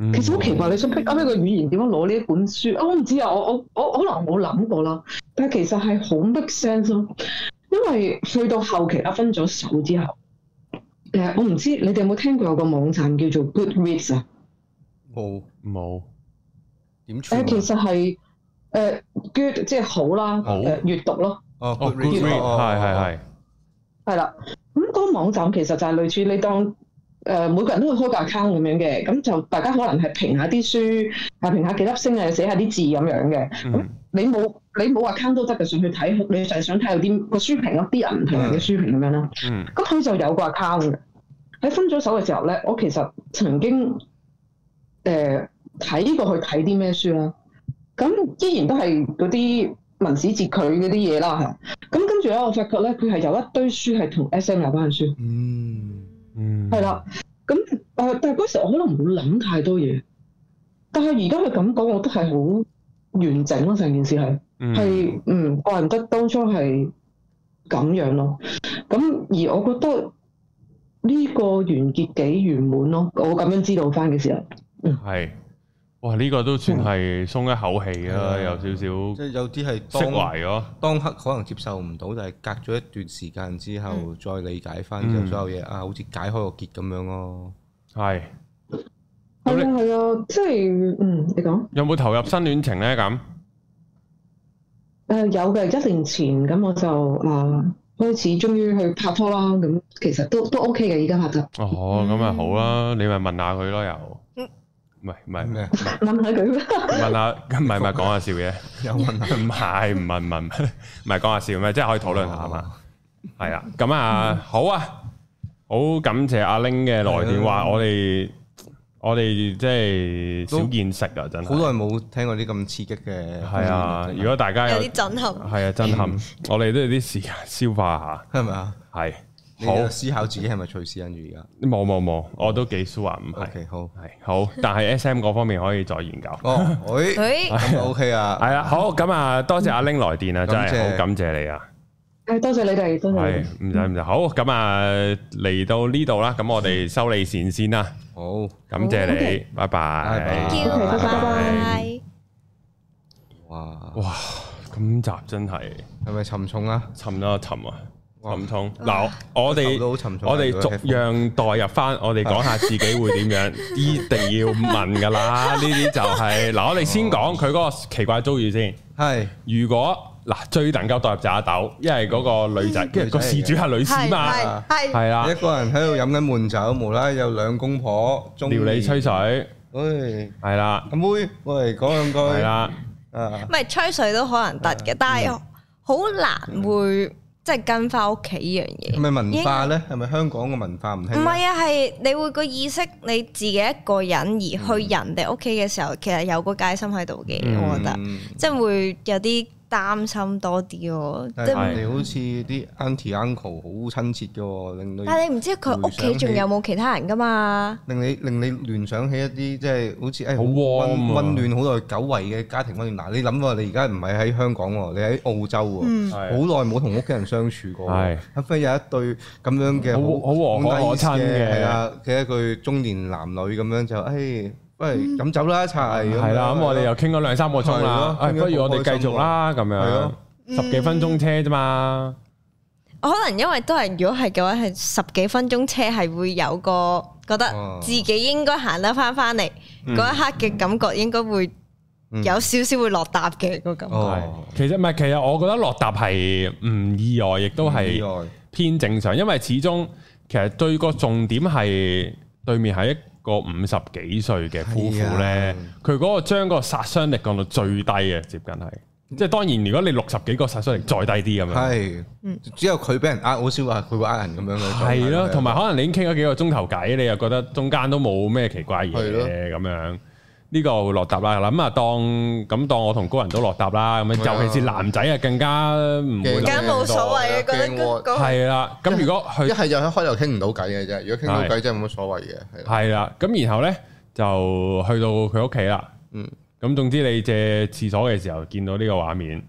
嗯其實好奇怪，你想 pick up 一個語言點樣攞呢一本書？啊我唔知啊，我我我可能冇諗過啦，但係其實係好 make sense 咯。因為去到後期啦，分咗手之後，誒、我唔知你哋有冇聽過有個網站叫做 Goodreads 啊？冇冇點誒、串啊？其實係誒、good 即係好啦，好誒、閱讀咯，哦哦 Goodreads， ，Good 哦 Read 系系係啦。咁、嗰個網站其實就係類似你當誒、每個人都會開個 account 咁樣嘅，咁就大家可能係評下啲書，啊評下幾粒星啊，寫下啲字咁樣嘅。系，嗯你冇你冇 account 都得嘅，上去睇，你就係想睇有啲個書評咯，啲人評人嘅書評咁樣啦。嗯咁佢就有個 account 嘅。喺分咗手嘅時候咧，我其實曾經誒睇、過佢睇啲咩書啦。咁依然都係嗰啲文史哲佢嗰啲嘢啦，係。咁跟住咧，我發覺咧，佢係有一堆書係同 S.M. 有關嘅 Ừ. 書，嗯，嗯，係啦。咁誒、呃但係嗰時我可能冇諗太多嘢。但係而家佢咁講，我都係好完整咯，成件事係。嗯，係嗯，怪唔得當初係咁樣咯。咁而我覺得呢個完結幾圓滿咯。我咁樣知道翻嘅時候，系，哇！呢個都算係鬆一口氣啦，嗯有少即係有啲少釋係當懷咗。當刻可能接受唔到，但係隔咗一段時間之後嗯再理解翻之後嗯所有嘢啊，好似解開個結咁樣咯。係咁係你啊係啊，即係嗯，你講誒、有冇投入新戀情呢？咁有嘅，一年前咁我就啊、開始終於去拍拖啦。咁其實都都 OK 嘅，而家拍得嗯哦，咁咪好啦，你咪問下佢咯，又嗯唔係唔係咩？ [LAUGHS] 諗下佢。問下，唔係唔係講下笑嘅， [LAUGHS] 有問題唔係唔係唔係唔係唔係講下笑咩？即係可以討論下嘛。哦係啦，咁啊，好啊，好感謝阿 Ling 嘅來電，係啊話我哋我哋即係少見識啊，真好係耐冇聽過啲咁刺激嘅。係啊！如果大家有有啲震撼。係啊震嗯撼，我哋都有啲時間消化係咪啊？下，係你好有思考自己係咪隨時跟住而冇冇冇，我都幾 sure 唔家係？OK，好。 [LAUGHS] 係好，但係 S M 嗰方面可以再研究。哦，喂，诶，咁就 OK 啊。 [LAUGHS] 係啦，好咁啊，多謝阿 Ling 來電啊，真感謝嗯係好感謝你啊！誒多謝你哋，多謝你哋。係唔使唔使，好咁啊，嚟到呢度啦，咁我哋收你線先啦，嗯好，感謝好你，OK，拜拜拜拜 Thank you， OK，拜拜拜。哇，哇，今集真係係咪沉重啊？沉咗一沉啊，哇沉重。哇嗱，我頭都哋好沉重啊我哋如果逐係樣代入翻，我哋講下自己會 [LAUGHS] 點樣，一定要問噶啦。呢啲就係嗱，我哋先講佢嗰個奇怪遭遇先。係如果嗱最能夠代入就係阿豆，因為嗰個女嗯仔，跟住個事主係女士嘛，系系啊係啦一，個人喺度飲緊悶酒，無啦啦有兩公婆中撩你吹水，係喂，啦，阿妹，喂，講兩句。係啦，啊，唔係吹水都可能得啊嘅，但係好難會即係跟翻屋企呢樣嘢。係咪文化咧？係咪香港嘅文化唔聽咧？唔係啊，係你會個意識你自己一個人而去人哋屋企嘅時候，其實有個戒心喺度嘅，嗯我覺得，嗯即係會有啲擔心多啲咯。即但係係，人哋好似啲 auntie uncle 好親切嘅喎，令你但係你唔知佢屋企仲有冇其他人噶嘛？令你令你聯想起一啲即係好似誒好 warm 啊温暖好耐久違嘅家庭温暖。嗱，你諗喎，你而家唔係喺香港喎，你喺澳洲喎，嗯，係好耐冇同屋企人相處過係喎。阿輝有一對咁樣嘅好好和藹可 nice 親嘅係啊嘅一對中年男女咁樣就誒，喂嗯飲酒啦一齊樣係啦，咁我哋又傾咗兩三個鐘啦，啊係咯唉傾咗不如我哋好開心繼續啦，咁係樣咯十幾分鐘車啫嘛，我可能因為都係，如果係嘅話，係十幾分鐘車係會有個覺哦得自己應該行得翻翻嚟嗰一刻嘅感覺，應該會嗯有少少會落搭嘅個感覺。係哦，其實唔係，其實我覺得落搭係唔意外，亦都意係外偏正常，因為始終其實對個重點係對面係一個五十幾歲嘅夫婦係咧啊，佢嗰個將個殺傷力降到最低嘅，接近係，即係當然如果你六十幾個殺傷力再低啲咁樣。嗯係，啊嗯只有佢俾人呃，好少話佢會呃人咁樣嘅狀態。係咯，同埋埋可能你已經傾咗幾個鐘頭偈，你又覺得中間都冇咩奇怪嘢係咯咁樣，呢個會落搭啦。咁啊，當咁當我同高人都落搭啦，咁係樣啊尤其是男仔啊，更加唔會驚諗啊梗冇所謂嘅，啊覺得驚嗰喎嗰係啦。咁如果一佢係就喺開頭傾唔到偈嘅啫，如果傾到偈真係冇乜所謂嘅，係啊啦。係啦，咁然後呢，就去到佢屋企啦。嗯，咁總之你借廁所嘅時候見到呢個畫面，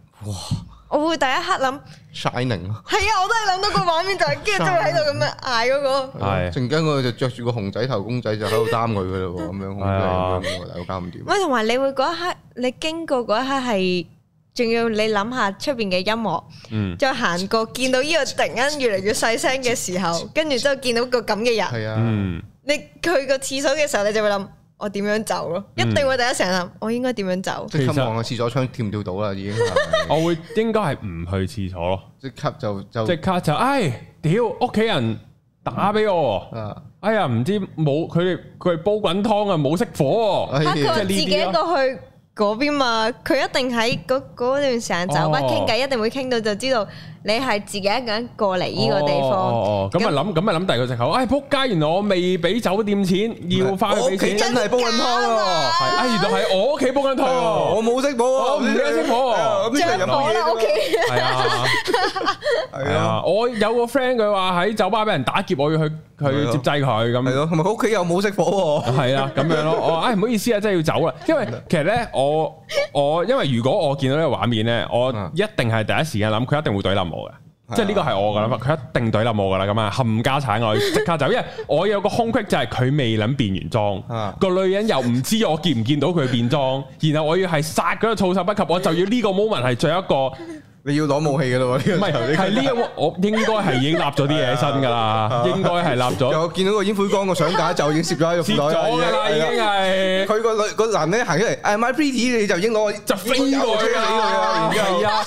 我會第一刻諗 shining 咯，係啊，我都係諗到個畫面就係，跟住都喺度咁樣嗌嗰個。係陣間佢就着住個熊仔頭公仔就喺度擔佢噶啦喎，咁樣係啊好大佬搞唔掂。喂，同埋你會嗰一刻，你經過嗰一刻係，仲要你諗下出邊嘅音樂，嗯，再行過見到呢個突然間越嚟越細聲嘅時候，跟住之後見到個咁嘅人，係啊，嗯，你去個廁所嘅時候，你就會諗我點樣走咯，嗯一定會第一成諗我應該點樣走。即刻其實望個廁所窗跳唔跳到啦，已 [LAUGHS] 經係我會應該係唔去廁所咯，即刻就就即刻就，唉，屌，屋企人打俾我喎，啊，哎呀，唔知冇佢哋佢哋煲滾湯啊，冇熄火喎，哎嚇呀佢話即係自呢啲啊己一個去嗰邊嘛，佢一定喺嗰嗰段時間酒吧哦傾偈，一定會傾到就知道你係自己一個人過嚟呢個地哦方。哦哦咁咪諗，咁咪諗第二個藉口，唉，仆街，原來我未俾酒店錢，要翻去我俾屋企錢，真係，係煲緊湯喎。哎，原來係我屋企煲緊湯喎。我冇識補啊！我哦唔記得識補啊咁呢個着飲火啦嘢屋企，系啊，係係啊，啊，我有個 friend 佢話喺酒吧俾人打劫，我要去係去咯接濟佢係咁，咯，同埋佢屋企又冇識火喎。係啦咁樣咯。我唉唔好意思啊，真係要走啦。因為其實咧，我我因為如果我見到呢個畫面咧，我嗯一定係第一時間諗佢一定會懟冧我嘅。啊即係呢個係我嘅諗法，佢一定懟冧我噶啦，咁啊冚家產我即刻走，因為我有個空隙就係佢未諗變完裝啊，個女人又唔知我見唔見到佢變裝，然後我要係殺佢都措手不及，我就要呢個 moment 係最後一個。你要攞武器噶咯喎，唔呢 [LAUGHS] 係，個係呢一個我應該係已經立咗啲嘢喺身㗎啦，應該係立咗，又見到個煙灰缸個相架就已經攝咗喺個接褲咗袋㗎啦，已經係佢個女個男咧行出嚟，誒 my pretty 你就已經攞個就飛過去吹死佢啦，啦，然之後係啊，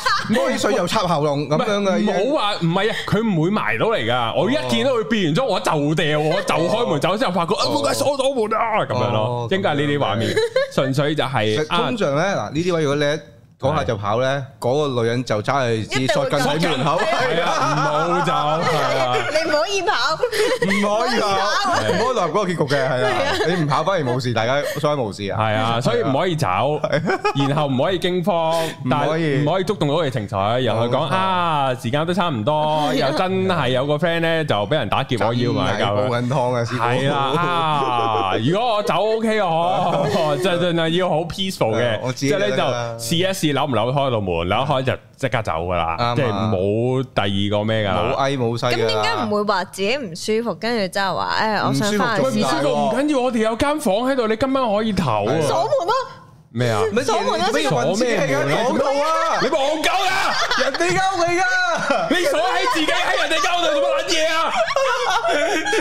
杯水又插喉嚨咁樣嘅，已經 [LAUGHS] 唔好話唔係啊，佢唔會埋到嚟㗎。我一見到佢變完咗，我就掉，我就開門走之後發覺啊，冇解鎖咗門啊，咁樣咯哦，應該係呢啲畫面，純粹 [LAUGHS] 就係啊通。常咧嗱呢啲位如果你一講下就跑咧，嗰個女人就揸去支一定索會近喺門口，係啊，唔好走，係啊，你唔可以跑。唔可以跑，唔可以落入嗰個結局嘅，係啦，你唔跑反而冇事，大家相安無事啊，係啊，所以唔可以走，然後唔可以驚慌，但可以哦係唔可以觸動到佢哋情緒，然後佢講冇錯啊，時間都差唔 [LAUGHS] 多，啊又真係有個 friend 咧就俾人打劫，我要埋 [LAUGHS] 真係煲夠啦。緊湯啊，師傅，系啦，啊！如果我走 OK [LAUGHS] 我，即係盡量要好 peaceful 嘅係，啊我知即係咧就㗎啦試一試扭唔扭開道門，扭開就即刻走噶啱啦，啊即係冇第二個咩噶冇啊啦。威冇勢咁㗎點解啦唔會話自己唔舒服，跟住之後話哎誒，我唔想舒服翻去喂，唔做試舒下服唔緊要，我哋有間房喺度，你今晚可以唞係啊啊鎖門咯，咩啊？乜鎖門嘢？啊乜嘢運鎖咩先係門啊講到啊？你戇鳩啊！人哋勾你噶，你鎖喺自己喺人哋鳩度做乜撚嘢啊？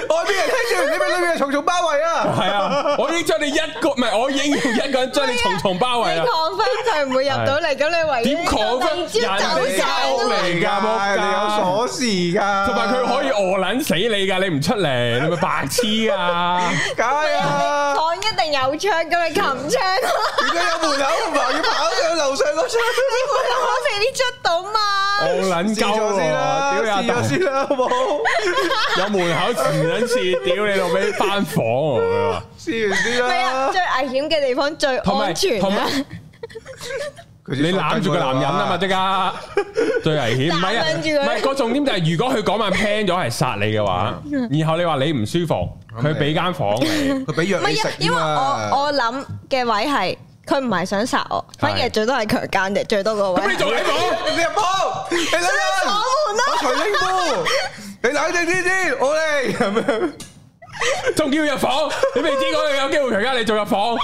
外邊人聽住，你俾裏邊人重重包圍啊！係啊，我已經將你一個唔係，我已經一個人將你重重包圍啊你啦。 confirm 佢唔會入到嚟，咁你唯一點 confirm？就係走 dạ, 人哋晒交咯嚟㗎仆街你有鎖匙噶，同埋佢可以餓撚死你㗎，你唔出嚟，你咪白痴啊！解啊！房一定有窗，咁你擒窗點咯。解有門口唔係要跑上樓上個窗？我哋啲出到嘛？餓撚 [LAUGHS] 試鳩咗喎，先啦，屌試你阿咗豆！先啦，好冇？有門口前撚次，屌你老味翻房喎佢話試完先係啦啊，。最危險嘅地方最同埋安全同啊！埋你攬住個男人啊嘛，à? 即刻最危險。唔係啊，攬住佢唔係個重點就係，如果佢嗰晚 plan 咗係殺你嘅話，嗯然後你話你唔舒服，佢俾間房你， [LAUGHS] 佢俾藥唔你係食啊，因為㗎我嘛我諗嘅位係佢唔係想殺我，反而最多係強姦嘅最多個位咁。你仲喺房？你入鋪，你等鎖陣，門啦！我除英夫，你冷靜啲先，我嚟咁樣。仲要入房，你未知嗰個有機會強姦你，仲入房，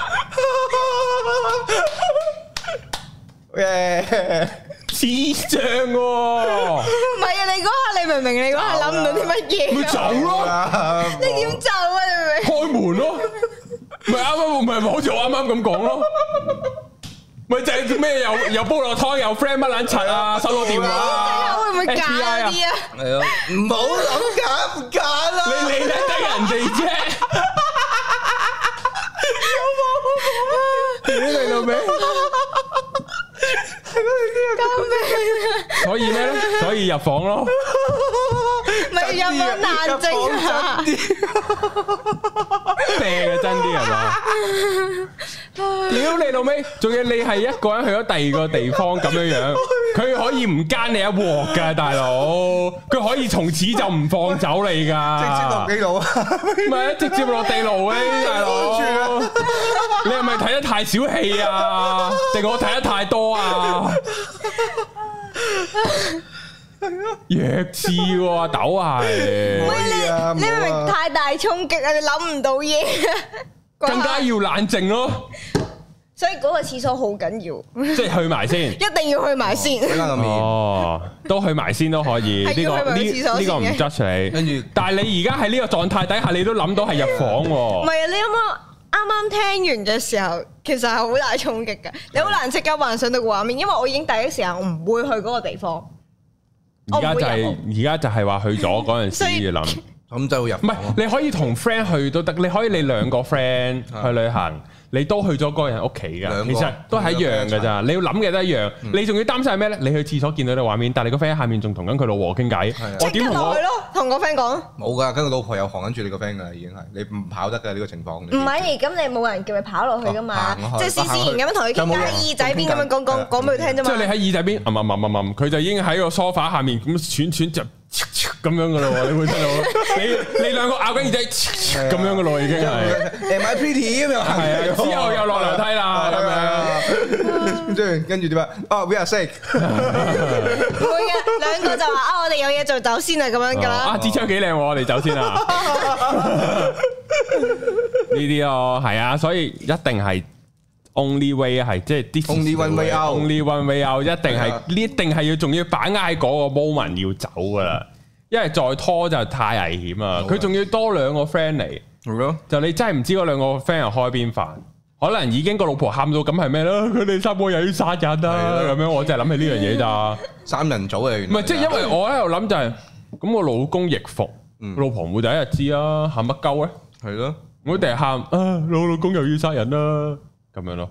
耶！智障喎！唔係啊，你嗰刻你明唔明？你嗰刻諗唔到啲 [LAUGHS] 乜咪嘢啊？走咯，你點走啊？你明唔明？開門咯，咪啱啱咪咪好似我啱啱咁講咯，咪就係咩又又煲落湯又 friend 乜撚柒啊，收到電話啊，會唔會假 FBI 嗰啲啊？係啊，唔好諗假唔假啦，你理得得人哋啫，屌你老味！ [LAUGHS] 所以咩咧？所以入房咯，咪有 à? 冇難症啊？病嘅真啲係嘛？屌你老味！仲要你係一個人去咗第二個地方咁樣樣，佢可以唔奸你一鑊噶，大佬，佢可以從此就唔放走你直接噶落，幾度啊？唔係直接落地牢嘅，大佬安全，你係咪睇得太小氣啊？定我睇得太多啊？弱智喎，阿豆係啊，你明明太大衝擊啊，你諗唔到嘢， [LAUGHS] 更加要冷靜咯，所以嗰個廁所好緊即係去埋先。要，一定要去 [LAUGHS] 埋先。睇下面，哦，都去埋先都可以， [LAUGHS] 係呢要去個埋呢去廁所呢個唔先嘅 judge 你。跟住但係你而家喺呢個狀態底下，你都諗到係入房唔喎。係啊，你有冇啱啱聽完嘅時候，其實係好大衝擊嘅，你好難即刻幻想到個畫面，因為我已經第一時間我唔會去嗰個地方，哦而家就我係唔而家就係話去咗嗰陣所以時要諗。咁就入唔係房咯，你可以同 friend 去都得，你可以你兩個 friend 係去旅行，你都去咗嗰個人屋企噶，啊兩個其實都係一樣噶咋。你要諗嘅都一樣，嗯你仲要擔心係咩咧？你去廁所見到啲畫面，但係你個 friend 喺下面仲同緊佢老婆傾偈係啊，我即點刻同落我去？咯，同個 friend 講。冇噶，跟住老婆又行緊住你個 friend 噶啦，已經係你唔跑得㗎呢個情況。唔係，咁你冇人叫你跑落去噶嘛哦行，落去即係斯斯然咁樣同佢有傾冇偈，人喺耳仔邊咁樣講講講俾佢聽啫即係你嘛。喺耳仔邊，嗯嗯嗯嗯嗯佢就已經喺個 sofa 下面咁喘喘就咁樣噶啦喎，你會聽 [LAUGHS] 到？你你兩個咬緊耳仔咁樣噶咯，已經係。誒買 pretty 咁又行係啊，之後又落樓梯啦，咁樣。樣，跟住跟住點啊？哦，we are sick，唔會嘅，兩個就話啊，我哋有嘢做走先啊，咁樣噶哦啊，啦。支槍幾靚喎，我哋走先 [LAUGHS] 啦。呢啲咯，係啊，所以一定係 only way 係即係啲 Only one way out only one way out，一定係係啊呢，一定係要仲要把握喺嗰個 moment 要走噶啦，因為再拖就太危險啦。好啊佢仲要多兩個 friend 嚟，係咯，就你真係唔知嗰兩個 friend 係開邊飯。可能已經個老婆喊到咁係咩啦？ [LAUGHS] 佢哋三個又要殺人啦啊咁樣，我真係諗起呢樣嘢咋。三人組啊，原唔來係，即係因為我喺度諗就係、咁我老公逆服，嗯老婆唔會第一日知啊，喊乜鳩咧？係咯，我第日喊啊，老老公又要殺人啦，咁樣咯。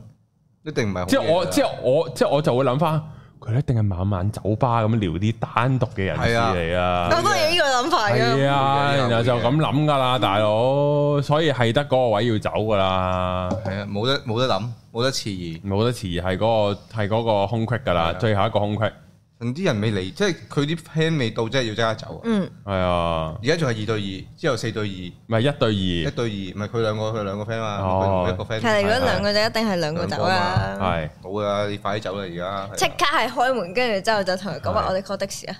一定唔係好嘢㗎。即係我，即係我，即係我就會諗翻，佢一定係晚晚酒吧咁聊啲單獨嘅人士嚟啊我。都有呢個諗法係嘅，啊，會嘅然後就咁諗噶啦，大佬，所以係得嗰個位要走噶啦，係啊，冇得冇得諗，冇得遲疑。冇得遲，係嗰、個係嗰個空隙噶啦，係啊最後一個空隙，甚至人未嚟，即係佢啲 plan 未到，真係要即刻走啊！嗯，係啊，而家仲係二對二，之後四對二，一咪一對二對二，唔係佢兩個佢兩個 friend 嘛，佢哦同一個 friend。其實如果兩個就一定係兩個走啦。係。冇啊，你快啲走啦！而家即刻係開門，跟住之後就同佢講話，係我哋 call 的士啊！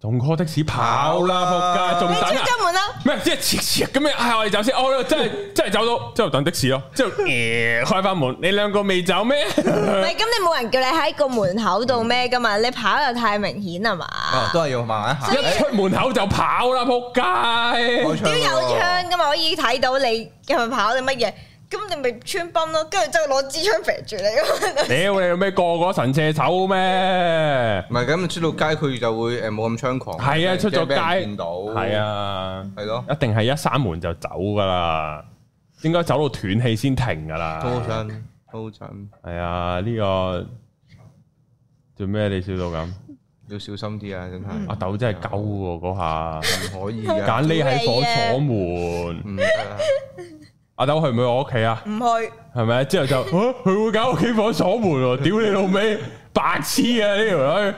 仲 call 的士跑啦，仆街，仲你出等啊！咗門 [LAUGHS] 啦，咩即係切切咁樣，哎唉，我哋走先，我真係真係走到，之後等的士咯，之後誒開翻門，你兩個未走咩？唔係咁你冇人叫你喺個門口度咩噶嘛？你跑又太明顯係啊嘛？都係要慢慢 [LAUGHS] 行。啊一出門口就跑啦，仆街！屌屌有槍噶嘛，我已經睇到你係咪跑定乜嘢？咁你咪穿崩咯，跟住之後攞支槍肥住你咁樣。屌你有咩個個神射手咩？唔係咁，出到街佢就會誒冇咁猖狂。係啊，出咗驚俾人街見到係，啊，係咯。一定係一閂門就走噶啦，應該走到斷氣先停噶啦。高震高震，係啊，呢個做咩你笑到咁？要小心啲啊！真係嗯阿豆真係鳩喎嗰下。唔可以㗎，揀匿喺屌你火啊鎖門。 [LAUGHS] 唔得啊！阿豆去唔去我屋企啊？唔去，係咪？之後就，啊佢會搞屋企火鎖門喎！屌你老味，白痴啊呢條女！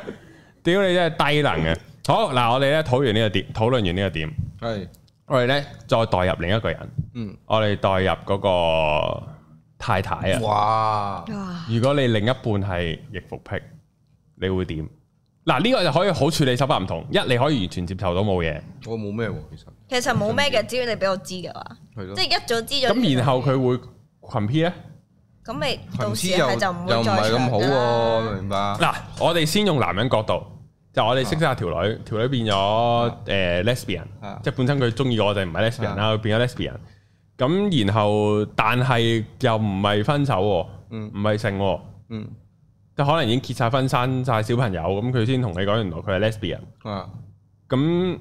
屌你真係低能嘅。好嗱，我哋咧討完呢個點，討論完呢個點，係我哋咧再代入另一個人，嗯，我哋代入嗰個太太啊。哇！哇！如果你另一半係逆服癖，你會點？嗱，呢個就可以好處理手法唔同。一，你可以完全接受到冇嘢，我冇咩喎，其實其實冇咩嘅，只要你俾我知嘅話，係咯即係。一早知咗。咁然後佢會群 P 咧？咁咪到投時資係又就唔又會唔再係咁好長啦喎，明白？嗱，我哋先用男人角度，就我哋識咗下條女，條女變咗誒 lesbian，啊即係本身佢中意我哋唔係 lesbian 啦，佢變咗 lesbian。咁然後但係又唔係分手喎，嗯唔係性喎，嗯即係可能已經結晒婚生晒小朋友，咁佢先同你講原來佢係 lesbian。啊，咁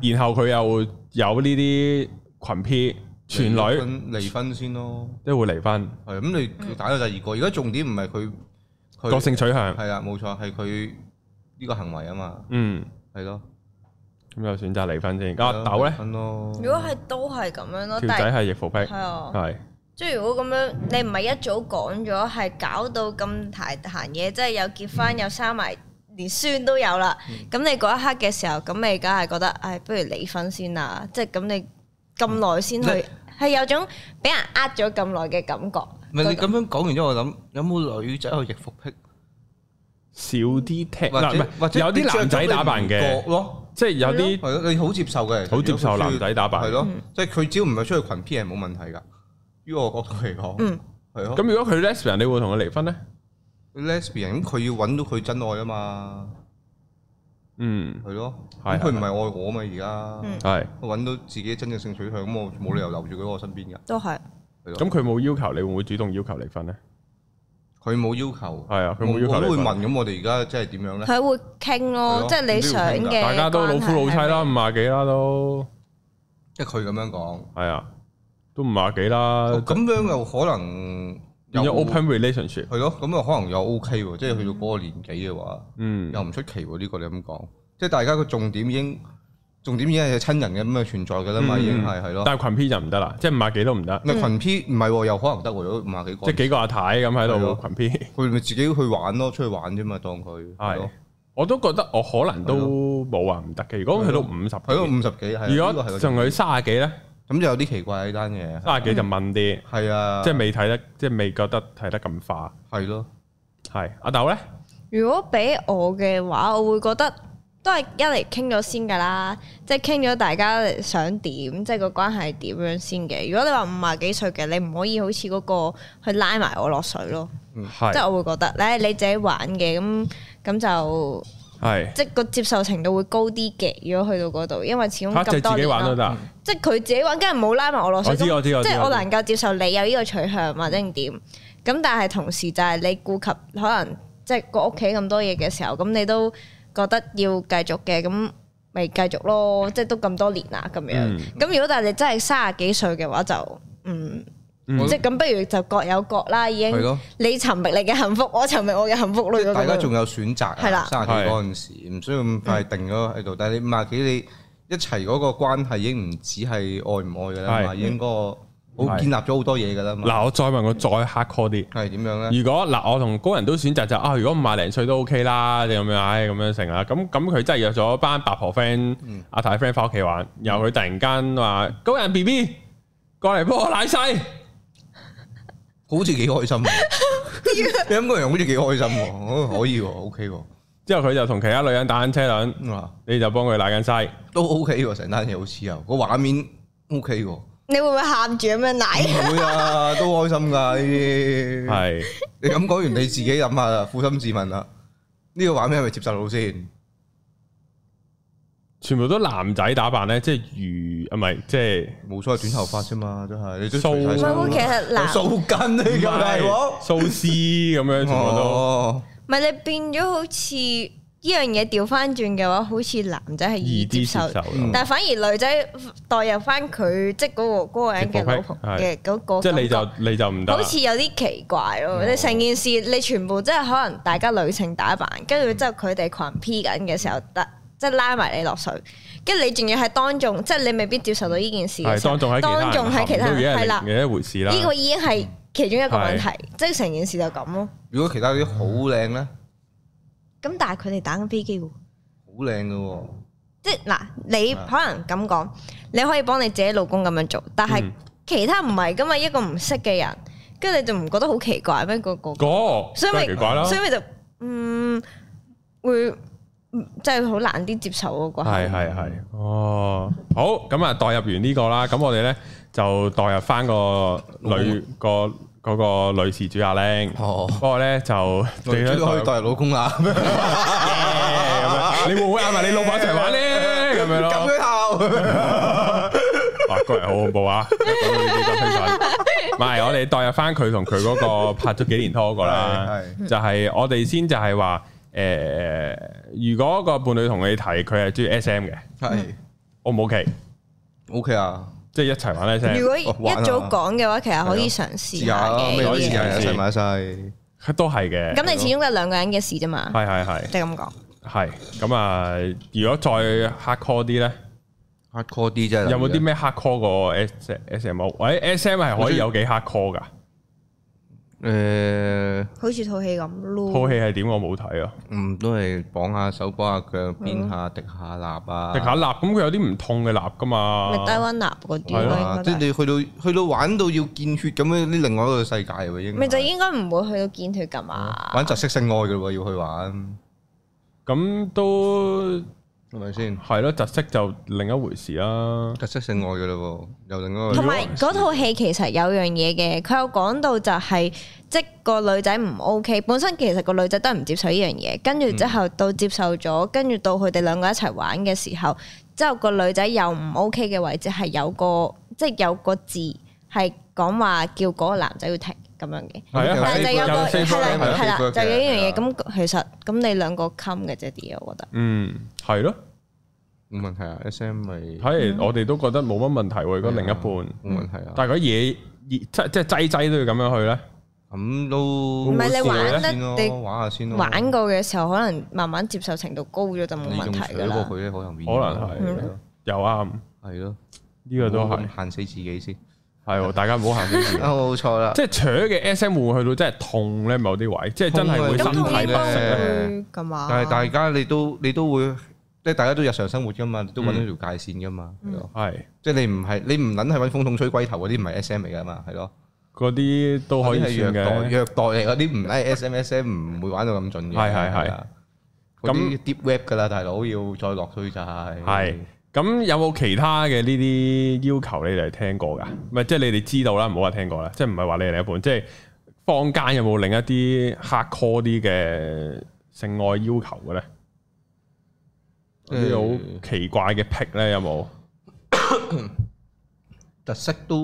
然後佢又有呢啲群 P 全離女，婚離婚先咯，即係會離婚，係咁你嗯佢打到第二個，而家重點唔係佢佢個性取向，係啦，冇錯係佢呢個行為啊嘛，嗯，係咯，咁又選擇離婚先。係阿咯豆咧離，婚咯，如果係都係咁樣咯，條但仔係係逆服癖，係啊，係。即係如果咁樣，你唔係一早講咗，係搞到咁大壇嘢，即係又結婚又生埋，連孫都有啦。嗯咁你嗰一刻嘅時候，咁你梗係覺得，唉，不如離婚先啦。即係咁你咁耐先去，係有種俾人呃咗咁耐嘅感覺。唔係你嗰種咁樣講完之後，我諗有冇女仔有逆服癖？少啲聽或嗱，唔者或係者有啲男仔打扮你着咗你唔嘅，覺咯，即係有啲係咯，你好接受嘅，好接受男仔打扮係咯，即係佢只要唔係出去群 P 係冇問題㗎。於我角度嚟講，嗯，係咯。咁。如果佢 lesbian，你會同佢離婚咧？ lesbian 咁佢要揾到佢真愛啊嘛，嗯，係咯，係咁佢唔係係愛我嘛而家嗯，係。佢揾到自己真正性取向，咁我冇理由留住佢喺我身邊㗎，都係係咁咯，佢冇要求，你會唔會主動要求離婚咧？佢冇要求，係啊佢冇要求我我都會你問，咁我哋而家即係點樣咧？佢會傾係咯咯，即係你想嘅關係係咩，大家都老夫老妻啦，五廿幾啦都，即係佢咁樣講，哦係啊，都五廿幾啦，咁樣又可能有又 open relationship，係咯，咁又可能又 OK 喎，即係去到嗰個年紀嘅話，嗯，又唔出奇喎。呢個你咁講，即係大家個重點已經重點已經係親人嘅咁嘅存在㗎啦嘛，嗯已經係係咯。但係群 P 就唔得啦，即係五廿幾都唔得，咪群 P 唔係喎，有可能得喎，有五廿幾個即係幾個阿太咁喺係度啊群 P。佢咪自己去玩咯，出去玩啫嘛，當佢係係咯，我都覺得我可能都冇話唔得嘅。如果去到五十係咯，幾，五十幾係。啊如呢果個係仲個佢卅幾咧，咁就有啲奇怪啊呢單嘢，卅幾就問啲，係嗯啊，啊即係未睇得，即係未覺得睇得咁化。係咯，係阿豆咧，如果俾我嘅話，我會覺得都係一嚟傾咗先㗎啦，即係傾咗大家想點，即係個關係點樣先嘅。如果你話五廿幾歲嘅，你唔可以好似嗰個去拉埋我落水咯，嗯係即係我會覺得咧你自己玩嘅咁咁就係，即係個接受程度會高啲嘅。如果去到嗰度，因為始終嚇就咁自多己年玩都啦，得啊。即係佢自己玩，梗係唔好拉埋我落水。我知咁我知我知即係我我知能夠接受你有呢個取向或者點，咁但係同時就係你顧及可能即係個屋企咁多嘢嘅時候，咁你都覺得要繼續嘅，咁咪繼續咯，即係都咁多年啦咁樣。嗯咁如果但係你真係三十幾歲嘅話，就嗯，嗯即係咁不如就各有各啦，已經係咯，你尋覓你嘅幸福，我尋覓我嘅幸福咯。大家咁樣仲有選擇係啊啦，三十幾係嗰陣時唔需要咁快定咗喺度，但係你五廿幾你一齊嗰個關係已經唔止係愛唔愛㗎啦嘛，係已經嗰個好係建立咗好多嘢㗎啦嘛，嗱，我再問我再 hard core 啲。係點樣咧？如果嗱，我同高人都選擇就啊，如果五廿零歲都 OK 啦，你咁樣，唉，咁樣成啊啦。咁咁佢真係約咗班八婆 friend、阿嗯太 friend 翻屋企玩，然後佢突然間話高人 B B 過嚟幫我奶細，好似幾開心 [LAUGHS] 喎，你諗個人好似幾開心喎，哦可以喎，OK 喎，之後佢就同其他女人打緊車輪，嗯啊你就幫佢奶緊西。都 OK 喎，成單嘢好似又個畫面 OK 喎。你會唔會喊住咁樣奶？唔會 [LAUGHS] 啊，都開心噶呢啲。係你咁講完，你自己諗下啦，負心自問啦。呢個畫面係咪接受到先？全部都男仔打扮咧，即係如啊，唔係即 [LAUGHS] 係冇所謂，短頭髮啫嘛，真係你都鬚除晒唔衫係係，其實有嗱。鬚根呢唔咁大係鑊。蘇絲咁樣，全部都哦，唔係你變咗好似呢樣嘢調翻轉嘅話，好似男仔係易易啲接接受，受咯嗯。但係反而女仔代入翻佢即係嗰個嗰個人嘅老婆係嘅嗰個即係你感就你就唔哦覺，得啦好。似有啲奇怪咯。你成件事你全部即係可能大家女性打扮，跟住之後佢哋群 P 緊嘅時候得。即係拉埋你落水，跟住你仲要係當眾，即係你未必接受到呢件事嘅係時候當眾喺當眾喺其其他他人人含都係啦已經係，另一回事啦。呢個已經係其中一個係問題，即係成件事就咁咯。如果其他啲好靚咧，咁但係佢哋打緊飛機喎。好靚嘅喎。即係嗱，你啊可能咁講，你可以幫你自己老公咁樣做，但係嗯其他唔係噶嘛，一個唔識嘅人，跟住你就唔覺得好奇怪咩？個個，嗰所真以係咪奇怪啦。所以咪就嗯會嗯真係好難啲接受嗰個系係。系系，哦，好，咁啊，代入完呢個啦，咁我哋咧就代入翻個女個嗰個女事主阿玲，哦不過咧就我哋 [LAUGHS] 都可以代入老公啊啦。咁樣你會唔會嗌埋你老婆一齊玩 [LAUGHS] 咧？咁啊樣撳咯，佢頭。哇，個人好恐怖 [LAUGHS] 啊！講到呢啲咁興奮，唔係我哋代入翻佢同佢嗰個拍咗幾年拖嗰個啦，係就係我哋先就係話，誒，如果個伴侶同你提佢係中意 S M 嘅係，O 唔 O K？ OK 啊，即係一齊玩 S M。如果一哦玩啊早講嘅話，其實可以嘗試試下下嘅咩呢都啲試下，嘢。一齊買晒。都係嘅，咁你始終都係兩個人嘅事啫嘛，係係係即係咁講。係咁啊！如果再 hard core 啲咧， hard core 啲啫。有冇啲咩 hard core 過 S S M O？或者 S M 係可以有幾 hard core 噶？诶、好似套戲咁咯。套戲係點我冇睇啊，嗯，都係綁下手，綁下腳，鞭嗯下，滴下蠟啊，迪下立咁佢有啲唔痛嘅立噶嘛咪，低溫蠟嗰啲係咯咯，應該啊即都啊係係你去到去到玩到要見血咁樣，呢另外一個世界喎，應該咪就應該唔會去到見佢㗎嘛。玩窒息性愛嘅喎，要去玩咁都係咪先？係咯，窒息就另一回事啦。窒息性愛嘅嘞喎，又另外一個同埋嗰套戲其實有樣嘢嘅，佢有講到就係、即個女仔唔 OK，本身其實個女仔都係唔接受呢樣嘢，跟住之後到接受咗，跟住到佢哋兩個一齊玩嘅時候，之後個女仔又唔 OK 嘅位置係有個即係有個字係講話叫嗰個男仔要停咁樣嘅。係啊有係啊但四係就有個個有四係個啦係啦，有四個就有一樣係嘢。啊咁其實咁你兩個冚嘅啫啲嘢，我覺得。嗯，係咯，冇問題啊，S M 咪冇睇嗯嚟我哋都覺得冇乜問題喎，嗰另一半。問題啊，但係嗰嘢即即係擠擠都要咁樣去咧，咁都唔係你玩得先咯你玩下先咯，玩過嘅時候，可能慢慢接受程度高咗就冇你問仲題水㗎過啦。佢咧，可能可可能係又啱，啊係咯，呢個都係唔好咁限死自己先。係喎，大家唔好行呢啲 [LAUGHS] 嘢。啊，冇錯啦，即係扯嘅 SM 會唔會去到真係痛咧？某啲位，即係真係會啊咁身體咁同不應該適咧。會㗎嘛？但啊係大家你都你都會，即係大家都日常生活噶嗯嘛，你都揾到條界線噶嘛，係咯係即係你唔係你唔撚係揾風筒吹龜頭嗰啲唔係 S M 嚟噶嘛，係咯，嗰啲都可以嗰啲係算虐待嘅。虐待嚟嗰啲唔係 [LAUGHS] S M S M 唔會玩到咁盡嘅，係係係啊。嗰咁啲 deep web 噶啦，大佬要再落去就係係咁有冇其他嘅呢啲要求你哋係聽過㗎？唔係即係你哋知道啦，唔好話聽過啦，即係唔係話你哋另一半，即係坊間有冇另一啲 hardcore 啲嘅性愛要求嘅咧？呢啲好奇怪嘅癖咧有冇？特色都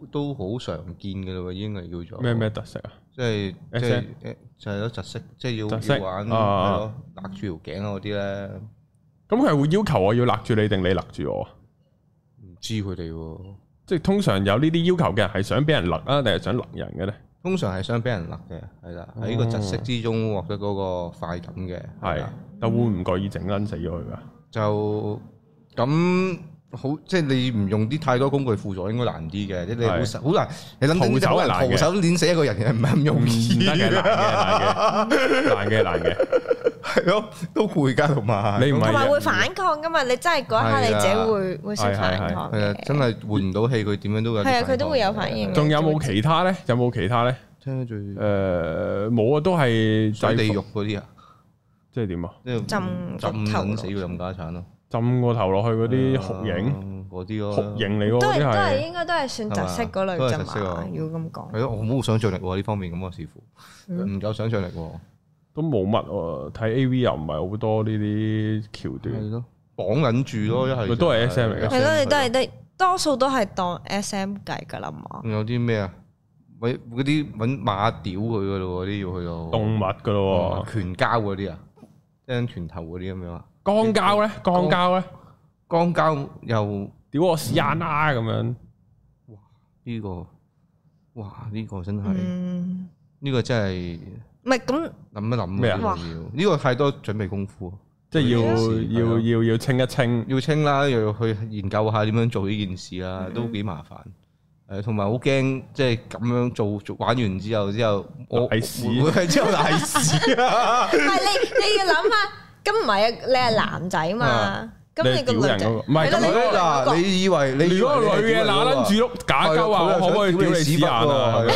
好都好常見嘅啦喎，已經係叫做咩咩特色啊？即係即 SM 係誒就係咯窒息，即係窒息要要玩啊啊係咯，勒住條頸啊嗰啲咧，咁佢係會要求我要勒住你定你勒住我啊？唔知佢哋喎。即係通常有呢啲要求嘅人係想俾人勒啊，定係想勒人嘅咧？通常係想俾人勒嘅，係啦，喺個窒息之中獲得嗰個快感嘅，係哦啊係啦，但會唔覺意整撚死咗佢㗎？就咁好，即係你唔用啲太多工具輔助應該難啲嘅，即係你好係實好難，你諗徒緊手係好難難嘅徒手捏死一個人係唔係咁容唔易得嘅，難嘅，難嘅，難嘅，難嘅。 [LAUGHS] 係咯，都攰㗎同埋你唔係同埋人會反抗噶嘛？你真係嗰一刻你自己會會識反抗係啊，真嘅。係換唔到氣，佢點樣都有啲係啊佢都會有反應嘅仲有冇其他咧？有冇其他咧？聽得最誒冇啊，都係水地制服獄嗰啲啊，即係點啊？即係浸個浸頭撚落死佢冚家產咯，浸個頭落去嗰啲酷刑，啊嗰啲咯，酷刑嚟喎，都嗰啲係都係係應該都係算窒息嗰類啫嘛，如果咁係講。咯，我冇想像力喎呢方面咁我似乎嗯唔夠想像力喎。都冇乜喎。睇 A V 又唔係好多呢啲橋段係。咯，綁緊住咯，一係咪就嗯都係 SM 嚟㗎係咯，你都係得多數都係當 S.M. 計㗎啦嘛。仲有啲咩啊？喂，嗰啲揾馬屌佢噶咯喎，啲要去到動物噶咯哦拳交嗰啲啊，掟拳頭嗰啲咁樣啊，喎，肛交咧，肛交咧，肛交又屌我屎眼啦咁樣，呢個，哇！呢個真係嗯，呢個真係唔係咁諗一諗咩啊呢個要呢個太多準備功夫，啊即係嗯要要要要清一清，要清啦，又要去研究下點樣做呢件事啦，嗯都幾麻煩。誒，同埋好驚，即係咁樣做做玩完之後，之後我賴屎會唔會 [LAUGHS] 之後賴屎 [LAUGHS] 啊！唔係你你要諗下，咁唔係啊，你係男仔嘛，咁你你係個屌女人仔嗰個，唔係係咯咁你個嗱，女你以為你以為如果個女嘅嗱撚住碌假鳩啊，我可唔可以屌你屎眼啊？係啊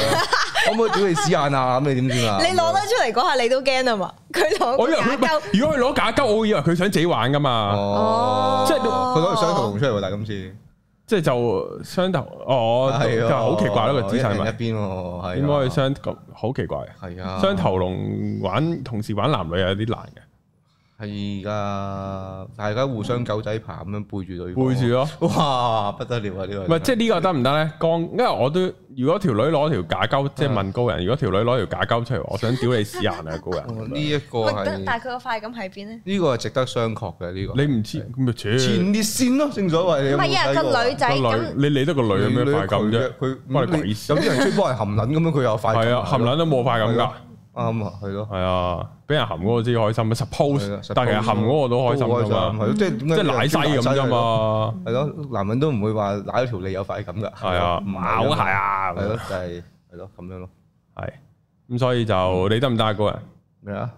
可唔可以屌你屎眼啊？咁你點算啊？你攞得出嚟嗰下你都驚啊嘛，佢攞我以為個佢假唔係鳩。如果佢攞假鳩，我以為佢想自己玩噶嘛，哦，即係佢攞條雙頭龍出嚟喎，但係今次即係就雙頭哦，係就啊好奇怪咯個姿勢一人一咪，邊喎，係啊點解佢雙咁好奇怪？係啊雙頭龍玩同時玩男女有啲難嘅，係噶，大家互相狗仔爬咁樣背住對方背住咯。哇不得了啊！呢個唔係，即係呢個得唔得咧？剛，因為我都如果條女攞條假鳩，即係問高人，如果條女攞條假鳩出嚟，我想屌你屎眼啊，高哦人！呢一個喂但但係係佢個快感喺邊咧？呢個係值得商榷嘅呢個。你唔知咪扯前列腺咯，正所謂你有唔冇係啊，睇過個女仔個咁女，你理得個女有咩你快感啫？佢關佢你鬼事有啲人中意幫人含撚咁樣，佢有快感。係啊，含撚都冇快感㗎，啱啊，係咯，係啊，俾人含嗰個先開心啊係啊，suppose，但係其實含嗰個都開心㗎嘛，嗯係咯，即係點即係解奶西咁啫？嘛，係咯，男人都唔會話奶咗條脷有快感㗎。係啊，唔係㗎咬係啊，係咯，就係係咯咁樣咯。係咁所以嗯就你得唔得啊？高人，咩啊？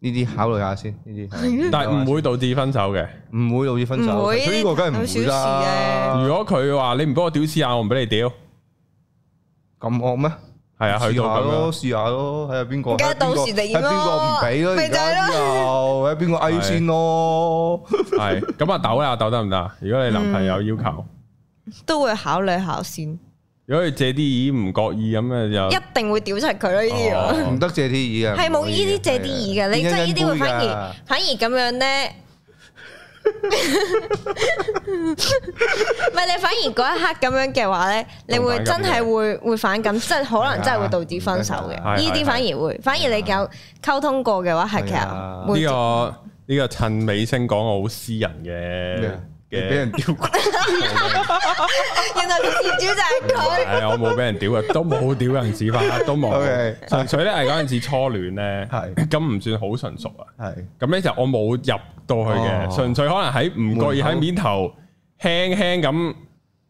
呢啲考慮下先，呢啲考慮啊下先但係唔會導致分手嘅。唔會導致分手，唔會佢呢個梗係唔會好啦。如果佢話你唔俾我屌屎眼，啊我唔俾你屌，咁惡咩？係啊，試去到下咁咯，樣。試下咯，睇下邊個，梗係睇下邊個到時就要睇下邊個唔俾咯，咪而就係家咯又睇下邊個 A 先咯。係咁啊，豆啦，豆得唔得啊？如果你男朋友要求，嗯都會考慮下先，一如果佢借啲意唔覺意咁啊，就定會屌柒佢咯呢啲嘢。哦 [LAUGHS] 唔得借啲啊耳嘅，係冇呢啲借啲耳嘅，你即係呢啲會反而而反而咁樣咧。 [LAUGHS] 唔係你反而嗰一刻咁樣嘅話咧，你會真係會會反感，即係可能真係會導致分手嘅。係啊呢啲反而會，反而你有溝通過嘅話，係其係啊實會呢個呢個趁尾聲講我好私人嘅俾嘅人，屌 [LAUGHS] 過，原來個事主就 [LAUGHS] 係佢。係啊我冇俾人屌啊，都冇屌人屎忽，啊都 [LAUGHS] [LAUGHS] 冇 OK。純粹咧係嗰陣時初戀咧，係咁唔算好純熟啊。係咁咧就我冇入到去哦嘅，純粹可能喺唔覺意喺面頭輕輕咁，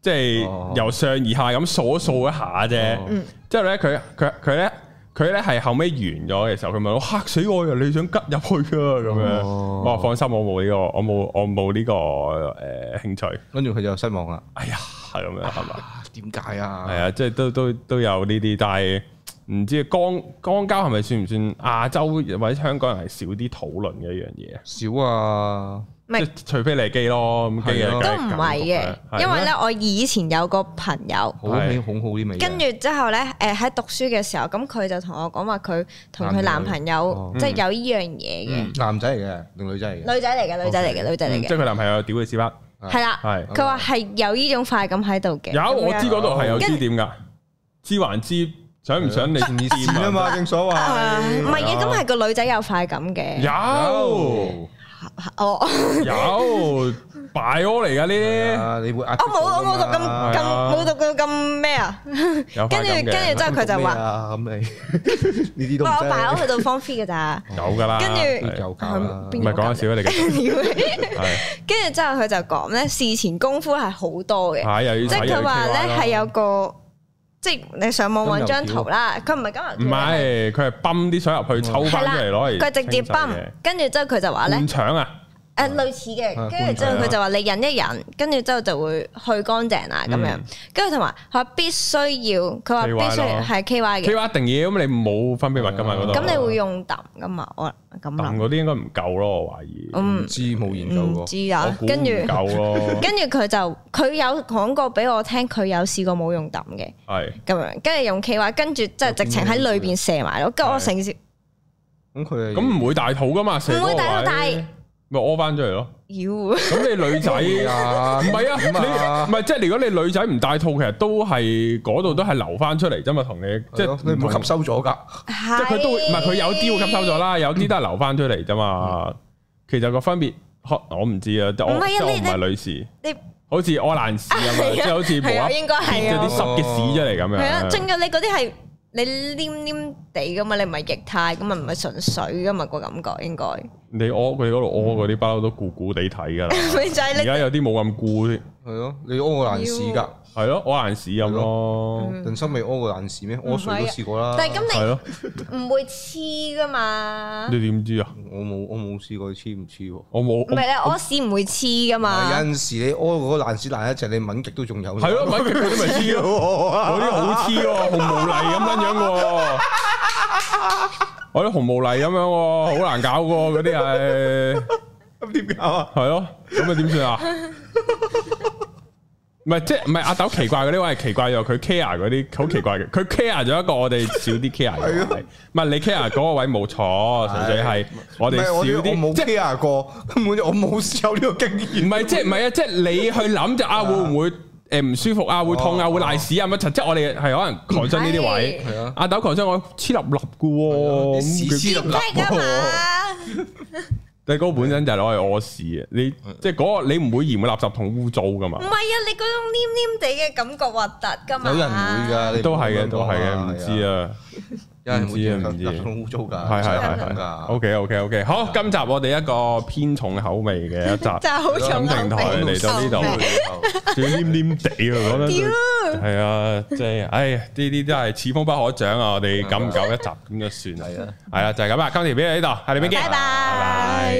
即哦係由上而下咁掃一掃一下啫哦。之後咧佢佢佢咧佢咧係後尾完咗嘅時候，佢問我嚇死我呀！你想吉入去啊咁樣。哦我話放心，我冇呢個，我冇我冇呢個誒興趣。跟住佢就失望啦。哎呀，係咁樣係嘛？啊點解啊？係啊，即係都都都有呢啲，但係唔知啊江江交係咪算唔算亞洲或者香港人係少啲討論嘅一樣嘢啊？少啊，唔係即係除非你係基咯，咁基嘅係啊咯都唔係啊嘅，因嗯為咧我以前有個朋友。好起恐好啊啲味嘅。跟住之後咧，誒喺讀書嘅時候，咁佢就同我講話，佢同佢男男朋朋友哦友即係有呢樣嘢嗯男仔嚟嘅定女仔嚟嘅？嘅，女仔嚟嘅，女仔嚟 OK，嘅，女仔嚟嗯即嘅啊係，佢男朋友屌佢屎忽，係啦，係佢話係有呢種快感喺度嘅。咁有樣我知嗰度係有跟支點㗎，知還知，想唔想你前意善啊嘛，正所啊 [LAUGHS] 唔謂。係嘅，咁係個女仔有快感嘅。嗯有哦，有擺我嚟㗎呢啊，你會壓我冇我冇讀咁啊咁冇讀到咁咩啊？啲，有跟住跟住之後佢就話：話 [LAUGHS] 咁你呢啲喂，都唔我真擺係咗去到 form three 嘅咋。有㗎啦，跟住係有搞啦係邊唔係講笑啊，你嘅 [LAUGHS] [LAUGHS] 係跟住之後佢就講咧，事前功夫係好多嘅。係又要即係佢話話咧係有個，即係你上網揾張圖啦，佢唔係嗯唔金牛角，係佢係泵啲水入去抽翻出嚟攞嚟清洗嘅，佢直接泵，跟住之後佢就話咧，灌腸啊，誒類似嘅啊，跟住之後灌腸啊佢就話你忍一忍，跟住之後就會去乾淨啊啦咁樣嗯，跟住同埋佢話必須要，佢話 KY 必須咯係 K Y 佢嘅，話一定要咁你冇分泌物㗎嘛嗰度，咁你會用揼噶嘛？我咁抌諗，嗰啲應該唔夠咯，我懷疑。嗯唔知冇研究唔過。知我啊估，跟住唔夠 [LAUGHS] 咯，跟住佢就佢有講過俾我聽，佢有試過冇用揼嘅。係咁樣，跟住用 K 話，跟住即係直情喺裏邊射埋咯，跟住我成時咁佢咁唔會大肚噶嘛？射嗰個唔會大位到大咪屙翻出嚟咯。 [LAUGHS] 妖，咁你女仔唔啊？唔係咁啊？啊你唔係即係如果你女仔唔戴套，其實都係嗰度都係流翻出嚟啫嘛，同你即即係係你唔會同吸收咗㗎。即即係佢都會唔係佢有啲會吸收咗啦，有啲都係流翻出嚟啫嘛。其實個分別，可我唔知啊，即係我嗯唔係啊即係我你唔係女士，你好似屙爛屎咁樣，係啊即係好似冇係啊，一應該係即係啲啊，濕嘅屎出嚟咁係啊，樣。仲有你嗰啲係你黏黏地噶嘛，你唔係液態噶嘛，唔係純粹噶嘛個感覺應該， [LAUGHS] 你屙佢嗰度屙嗰啲包都固固地睇㗎啦。咪就係而 [LAUGHS] 你家有啲冇咁固添，係咯，你屙過爛屎㗎妖？係咯，屙爛屎咁咯，嗯人生未屙過爛屎咩？唔係啊屙水都試過啦。但係咁係咯。你唔會黐噶嘛，你點知啊？我冇我冇試過黐唔黐喎。我冇，唔係咧，啊屙屎唔會黐噶有嘛，陣時你屙嗰個爛屎爛一隻，你抿極都仲有。係咯，咪佢哋咪黐咯， [LAUGHS] [LAUGHS] 我啲哦好黐喎，紅毛泥咁樣樣喎，我哦啲紅毛泥咁樣喎，好難搞喎，嗰啲係咁點搞啊？係咯，咁啊點算啊？唔係即係唔係阿豆奇怪嗰啲位係奇怪咗，佢 care 嗰啲好奇怪 [LAUGHS] 嘅，佢 care 咗一個我哋少啲 care 嘅位，唔係你 care 嗰個位冇錯，純粹係我哋唔係少我啲冇，即係 care 過，根本就我冇有呢個經驗。唔係即係唔係啊！即係你去諗就啊，會唔會誒唔舒服啊？會痛啊？哦會瀨屎啊？乜柒？即係我哋係可能狂張呢啲位係係啊，阿豆狂張我黐立立啲嘅屎喎，黐唔立立係噶喎。嘛，你嗰個本身就係攞嚟屙屎嘅，你即係嗰個你唔會嫌個垃圾桶污糟噶嘛唔？係啊，你嗰種黏黏地嘅感覺核突噶嘛，有人會㗎，你唔好 [LAUGHS] 都係咁嘅，樣都係講嘅，啊唔知。係啊， [LAUGHS] 有人會唔知啊唔知入污糟㗎，係係咁係㗎。 O K O K O K，好，今集我哋一個偏重口味嘅一集，真係好感重情台口味嚟到呢度受唔了仲要黏黏地啊，講得屌係啊，即係，唉，呢啲都係此風不可長啊！我哋久唔久一集咁就算啦，係啊係啦，就係咁啦，今條片嚟呢度，係你邊見，拜拜。